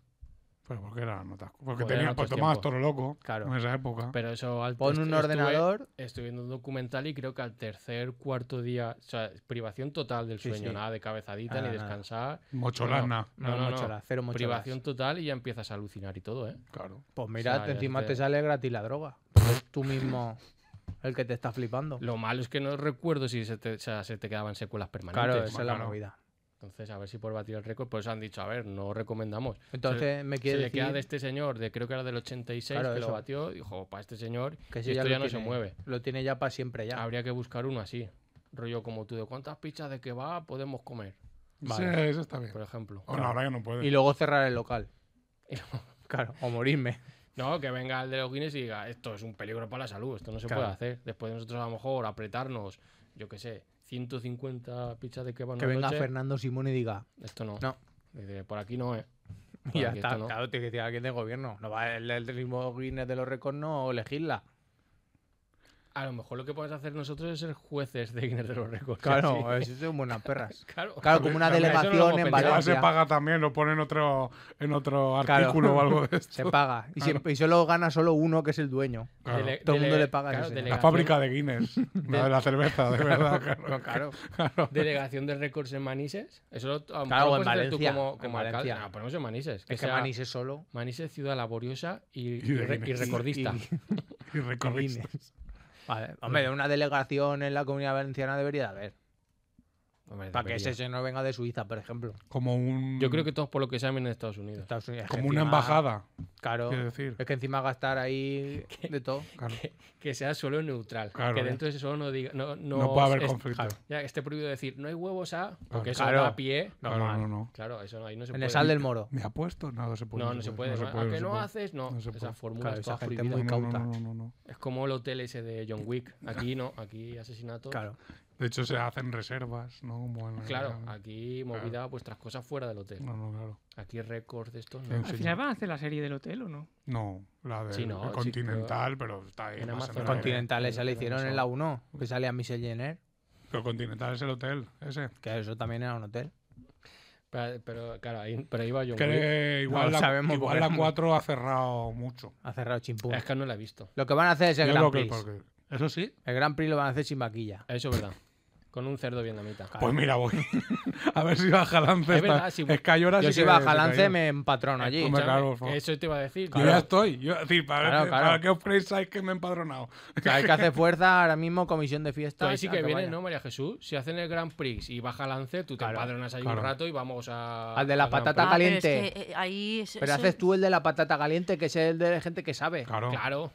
Speaker 2: Pero Pues porque eran otras Porque
Speaker 3: Joder,
Speaker 2: tenías,
Speaker 3: eran
Speaker 2: pues
Speaker 3: otros
Speaker 2: tomabas
Speaker 3: tiempos.
Speaker 2: toro loco
Speaker 4: Claro.
Speaker 2: en esa época.
Speaker 3: Pero eso al
Speaker 4: Pon
Speaker 3: est-
Speaker 4: un
Speaker 3: pues estuve-
Speaker 4: ordenador.
Speaker 3: Estuve viendo un documental y creo que al tercer, cuarto día, o sea, privación total del
Speaker 4: Sí,
Speaker 3: sueño,
Speaker 4: sí.
Speaker 3: nada de cabezadita
Speaker 4: Nada,
Speaker 3: ni
Speaker 4: nada.
Speaker 3: descansar.
Speaker 2: Mocholana.
Speaker 3: No, no,
Speaker 4: no,
Speaker 3: no.
Speaker 4: mochola, cero mocholas.
Speaker 3: privación total y ya empiezas a alucinar y todo, ¿eh?
Speaker 2: Claro.
Speaker 4: Pues mira,
Speaker 3: sea, ya
Speaker 4: encima
Speaker 3: te-
Speaker 4: te sale gratis la droga. Porque es tú mismo el que te está flipando.
Speaker 3: Pues Lo malo es que no recuerdo si se te, o sea, se te quedaban secuelas permanentes.
Speaker 4: Claro, esa es la
Speaker 2: claro.
Speaker 4: movida.
Speaker 3: Entonces, a ver si por batir el récord, pues han dicho, a ver, no recomendamos.
Speaker 4: Entonces, me
Speaker 3: Se
Speaker 4: quiere
Speaker 3: le queda
Speaker 4: decir
Speaker 3: de este señor, de creo que era del 86,
Speaker 4: Claro,
Speaker 3: que lo
Speaker 4: eso.
Speaker 3: batió, dijo, para este señor, y
Speaker 4: que ese
Speaker 3: esto
Speaker 4: lo
Speaker 3: ya no se
Speaker 4: tiene-
Speaker 3: mueve. Ah,
Speaker 4: Lo tiene ya para siempre ya.
Speaker 3: Habría que buscar uno así. Rollo como tú, ¿de cuántas pizzas de va podemos comer?
Speaker 4: Vale.
Speaker 2: Sí, eso está bien.
Speaker 3: Por ejemplo.
Speaker 2: O no, ahora ya no puedes.
Speaker 4: Y luego cerrar el local. Claro, o morirme.
Speaker 3: No, que venga el de los Guinness y diga, esto es un peligro para la salud, esto no se
Speaker 4: Claro.
Speaker 3: puede hacer. Después de nosotros a lo mejor apretarnos, yo qué sé, 150 pizzas de kebab
Speaker 4: Que
Speaker 3: una
Speaker 4: venga
Speaker 3: noche,
Speaker 4: Fernando Simón y diga.
Speaker 3: Esto no.
Speaker 4: No.
Speaker 3: Dice, por aquí no, ¿eh? Por
Speaker 4: Y ya
Speaker 3: aquí
Speaker 4: está.
Speaker 3: esto no.
Speaker 4: Claro, tiene que decir alguien del gobierno. No va el, el mismo Guinness de los récords no elegirla.
Speaker 3: A lo mejor lo que podemos hacer nosotros es ser jueces de Guinness de los récords.
Speaker 4: Claro,
Speaker 3: así.
Speaker 4: eso son buenas perras.
Speaker 3: claro.
Speaker 4: Claro, como una
Speaker 3: Pero eso no lo
Speaker 4: delegación
Speaker 3: hemos
Speaker 4: en
Speaker 3: pensado.
Speaker 2: Ahora se
Speaker 4: Valencia.
Speaker 2: paga también, lo pone en otro, en otro
Speaker 4: Claro.
Speaker 2: artículo o algo de
Speaker 4: Se
Speaker 2: esto.
Speaker 4: paga. Y, siempre- y solo gana solo uno que es el dueño.
Speaker 2: Claro.
Speaker 3: Dele-
Speaker 4: Todo el mundo
Speaker 3: dele-
Speaker 4: le paga a ese señor.
Speaker 2: La
Speaker 3: delegación-
Speaker 2: fábrica de Guinness, no de la cerveza, de verdad. Claro.
Speaker 4: Claro.
Speaker 3: Delegación de récords en Manises. Eso lo, a lo
Speaker 4: Claro,
Speaker 3: mejor
Speaker 4: en
Speaker 3: lo puedes hacer tú
Speaker 4: Valencia,
Speaker 3: como,
Speaker 4: en
Speaker 3: como alcalde.
Speaker 4: Valencia.
Speaker 3: No, ponemos en Manises. Que
Speaker 4: Es que
Speaker 3: sea
Speaker 4: Manise solo.
Speaker 3: Manises, ciudad laboriosa y,
Speaker 2: de
Speaker 3: y re- y
Speaker 2: Guinness.
Speaker 3: recordista.
Speaker 4: Y-
Speaker 2: Y recorriste.
Speaker 4: Guinness. Vale, hombre, una delegación en la comunidad valenciana debería de haber.
Speaker 3: Hombre,
Speaker 4: Para que
Speaker 3: debería.
Speaker 4: ese no venga de Suiza, por ejemplo.
Speaker 2: Como un.
Speaker 3: Yo creo que todos por lo que se llaman en Estados
Speaker 4: de
Speaker 3: Unidos.
Speaker 4: Estados Unidos. Es que
Speaker 2: Como una
Speaker 4: encima-
Speaker 2: embajada,
Speaker 4: Claro.
Speaker 2: quiero decir.
Speaker 4: Es que encima gastar ahí de todo.
Speaker 2: Claro.
Speaker 3: Que sea suelo neutral.
Speaker 2: Claro,
Speaker 3: que
Speaker 2: ya.
Speaker 3: dentro de ese suelo no diga. No, no,
Speaker 2: No puede haber
Speaker 3: es-
Speaker 2: conflicto.
Speaker 3: claro, ya que esté prohibido decir no hay huevos a.
Speaker 2: Claro.
Speaker 3: Porque eso
Speaker 4: Claro.
Speaker 3: da a pie.
Speaker 2: Claro,
Speaker 4: Normal.
Speaker 2: no, no.
Speaker 3: Claro, eso no, ahí no se
Speaker 4: En
Speaker 3: puede.
Speaker 4: el sal del moro.
Speaker 2: ¿Me ha puesto? No, no se puede.
Speaker 3: No, no se puede. ¿no?
Speaker 2: no
Speaker 3: a que
Speaker 2: se
Speaker 3: no
Speaker 2: puede.
Speaker 3: haces, no.
Speaker 2: No se puede.
Speaker 3: Esa fórmula
Speaker 4: Claro,
Speaker 3: es
Speaker 4: esa
Speaker 3: toda
Speaker 4: gente
Speaker 3: prohibida.
Speaker 4: muy
Speaker 2: No, no,
Speaker 4: cauta.
Speaker 2: no, no, no, no.
Speaker 3: Es como el hotel ese de John Wick. Aquí no, aquí asesinatos.
Speaker 4: Claro.
Speaker 2: De hecho, se hacen reservas, ¿no? Como en la-
Speaker 3: Claro, aquí movida vuestras cosas fuera del hotel.
Speaker 2: No, no, claro.
Speaker 3: Aquí récords de estos.
Speaker 2: Sí,
Speaker 3: No.
Speaker 2: Mm. sí,
Speaker 6: Al
Speaker 2: sí.
Speaker 6: final van a hacer la serie del hotel o no.
Speaker 2: No, la de
Speaker 3: Sí, no, sí,
Speaker 2: Continental, pero está ahí.
Speaker 3: en
Speaker 2: más
Speaker 3: Amazon.
Speaker 2: la-
Speaker 4: Continental, esa
Speaker 3: Pero
Speaker 4: le
Speaker 3: no
Speaker 4: hicieron
Speaker 3: son.
Speaker 4: en la 1, que sale a Michelle Jenner,
Speaker 2: Pero Continental es el hotel, ese.
Speaker 4: que eso también era un hotel.
Speaker 3: Pero, pero, claro, ahí, pero ahí va John Wick.
Speaker 2: Que igual,
Speaker 4: lo
Speaker 2: la,
Speaker 4: sabemos
Speaker 2: igual
Speaker 4: porque-
Speaker 2: la 4 ha cerrado mucho.
Speaker 4: Ha cerrado chimpún.
Speaker 3: Es que no la he visto.
Speaker 4: Lo que van a hacer es el
Speaker 2: Yo
Speaker 4: Grand
Speaker 2: creo que
Speaker 4: Prix.
Speaker 2: porque- Eso sí.
Speaker 4: El Grand Prix lo van a hacer sin maquilla.
Speaker 3: Eso es verdad. Con un cerdo vietnamita.
Speaker 2: Pues mira, voy. a ver si baja lance.
Speaker 3: Es verdad,
Speaker 2: esta-
Speaker 3: si-
Speaker 2: es que hay horas
Speaker 4: Yo
Speaker 2: Ah, sí
Speaker 4: si
Speaker 2: que
Speaker 4: baja
Speaker 2: se
Speaker 4: lance
Speaker 2: cayó.
Speaker 4: me empatrono allí.
Speaker 2: Hombre, claro, por favor.
Speaker 3: eso te iba a decir.
Speaker 2: Yo ya estoy. Yo, es decir, para,
Speaker 4: Claro, claro.
Speaker 2: para que os creéis, sabéis que me he empadronado.
Speaker 4: O sea, hay que hacer fuerza ahora mismo, comisión de fiesta.
Speaker 2: Pues
Speaker 3: Tú ahí sí que viene, ¿no, María Jesús? Si hacen el Grand Prix y baja lance, tú te
Speaker 4: Claro,
Speaker 3: empadronas ahí
Speaker 2: claro.
Speaker 3: un rato y vamos a.
Speaker 4: Al de la
Speaker 3: Grand Prix.
Speaker 4: patata.
Speaker 5: Ah, pero es
Speaker 4: caliente.
Speaker 5: que, eh, ahí es-
Speaker 4: Pero
Speaker 5: es
Speaker 4: haces
Speaker 5: el-
Speaker 4: tú el de la patata caliente, que es el de gente que sabe.
Speaker 2: Claro.
Speaker 3: Claro.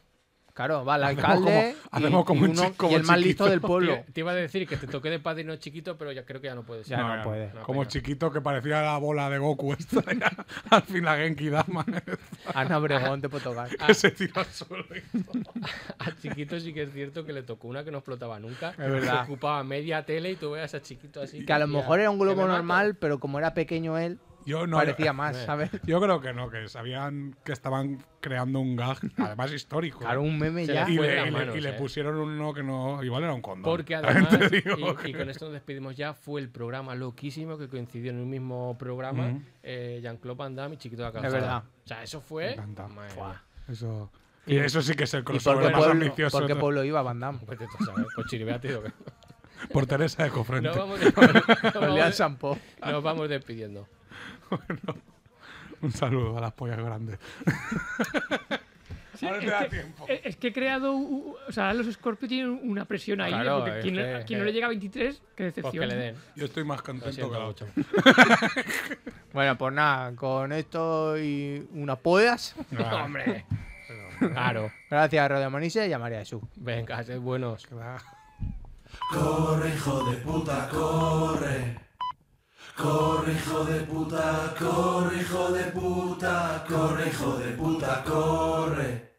Speaker 4: Claro, va el
Speaker 2: Hacemos
Speaker 4: alcalde
Speaker 2: como- hacemos
Speaker 4: y,
Speaker 2: como
Speaker 4: y
Speaker 2: un
Speaker 4: uno-
Speaker 2: chi- como
Speaker 4: y el más
Speaker 2: chiquito.
Speaker 4: listo del pueblo.
Speaker 3: Te, te iba a decir que te toqué de padrino chiquito, pero ya creo que ya no puedes.
Speaker 4: Ya no, puede.
Speaker 3: no,
Speaker 2: Como
Speaker 3: pena.
Speaker 2: chiquito que parecía la bola de Goku. Esta era, al fin la Genki Dama.
Speaker 4: Ana Obregón te puede tocar.
Speaker 2: que se tira al suelo. y-
Speaker 3: A chiquito sí que es cierto que le tocó una que no explotaba nunca. Es
Speaker 4: verdad.
Speaker 3: ocupaba media tele y tú veas a chiquito así.
Speaker 4: Que a lo
Speaker 3: decía,
Speaker 4: mejor era un
Speaker 3: "Que me
Speaker 4: globo
Speaker 3: mato".
Speaker 4: normal, pero como era pequeño él,
Speaker 2: Yo no. eh.
Speaker 4: parecía más, ¿sabes?
Speaker 2: Yo creo que no, que sabían que estaban creando un gag, además histórico. ¿eh?
Speaker 4: Claro, un meme
Speaker 3: Se
Speaker 4: ya.
Speaker 3: la-
Speaker 2: y,
Speaker 3: Fue
Speaker 2: le,
Speaker 3: de las
Speaker 2: y le-
Speaker 3: manos,
Speaker 2: y le
Speaker 3: ¿eh?
Speaker 2: pusieron uno que no. Igual era un condón.
Speaker 3: Porque
Speaker 2: También
Speaker 3: además,
Speaker 2: te digo
Speaker 3: y, y
Speaker 2: que-
Speaker 3: con esto nos despedimos ya, fue el programa loquísimo que coincidió en un mismo programa eh, Jean-Claude Van Damme y Chiquito de la Calzada.
Speaker 4: verdad.
Speaker 3: O sea, eso fue...
Speaker 2: encanta.
Speaker 3: Madre mía.
Speaker 2: Eso, y eso sí que es el
Speaker 4: ¿Y
Speaker 2: crossover
Speaker 4: por qué
Speaker 2: más
Speaker 4: pueblo,
Speaker 2: ambicioso
Speaker 4: por qué
Speaker 2: de-
Speaker 4: pueblo iba Van Damme?
Speaker 3: Vete tú a saber, por chiribea, tío, que-
Speaker 2: por Teresa de Cofrente.
Speaker 3: Nos vamos, nos vamos-
Speaker 4: Con Leal Sampo.
Speaker 3: nos vamos despidiendo.
Speaker 2: Un saludo a las pollas grandes.
Speaker 6: Sí,
Speaker 2: Ahora
Speaker 6: es,
Speaker 2: te da
Speaker 6: que, eh,
Speaker 2: tiempo.
Speaker 6: es- es que he creado. u- u- O sea, los Scorpio tienen una presión ahí.
Speaker 3: Claro,
Speaker 6: porque
Speaker 3: es
Speaker 6: quien,
Speaker 3: que-
Speaker 6: a quien no le llega a 23, que
Speaker 3: Pues
Speaker 6: decepción.
Speaker 3: que le den.
Speaker 2: Yo estoy más
Speaker 3: Lo
Speaker 2: contento que
Speaker 3: siento
Speaker 2: la
Speaker 3: mucho.
Speaker 4: Bueno, pues nada, con esto y unas podas.
Speaker 2: Nah,
Speaker 3: Hombre. Claro.
Speaker 4: Gracias a Radio Manises y a María Jesús.
Speaker 3: Venga, sed buenos.
Speaker 2: nah.
Speaker 8: Corre, hijo de puta, corre. Corre, hijo de puta, corre, hijo de puta, corre, hijo de puta, corre.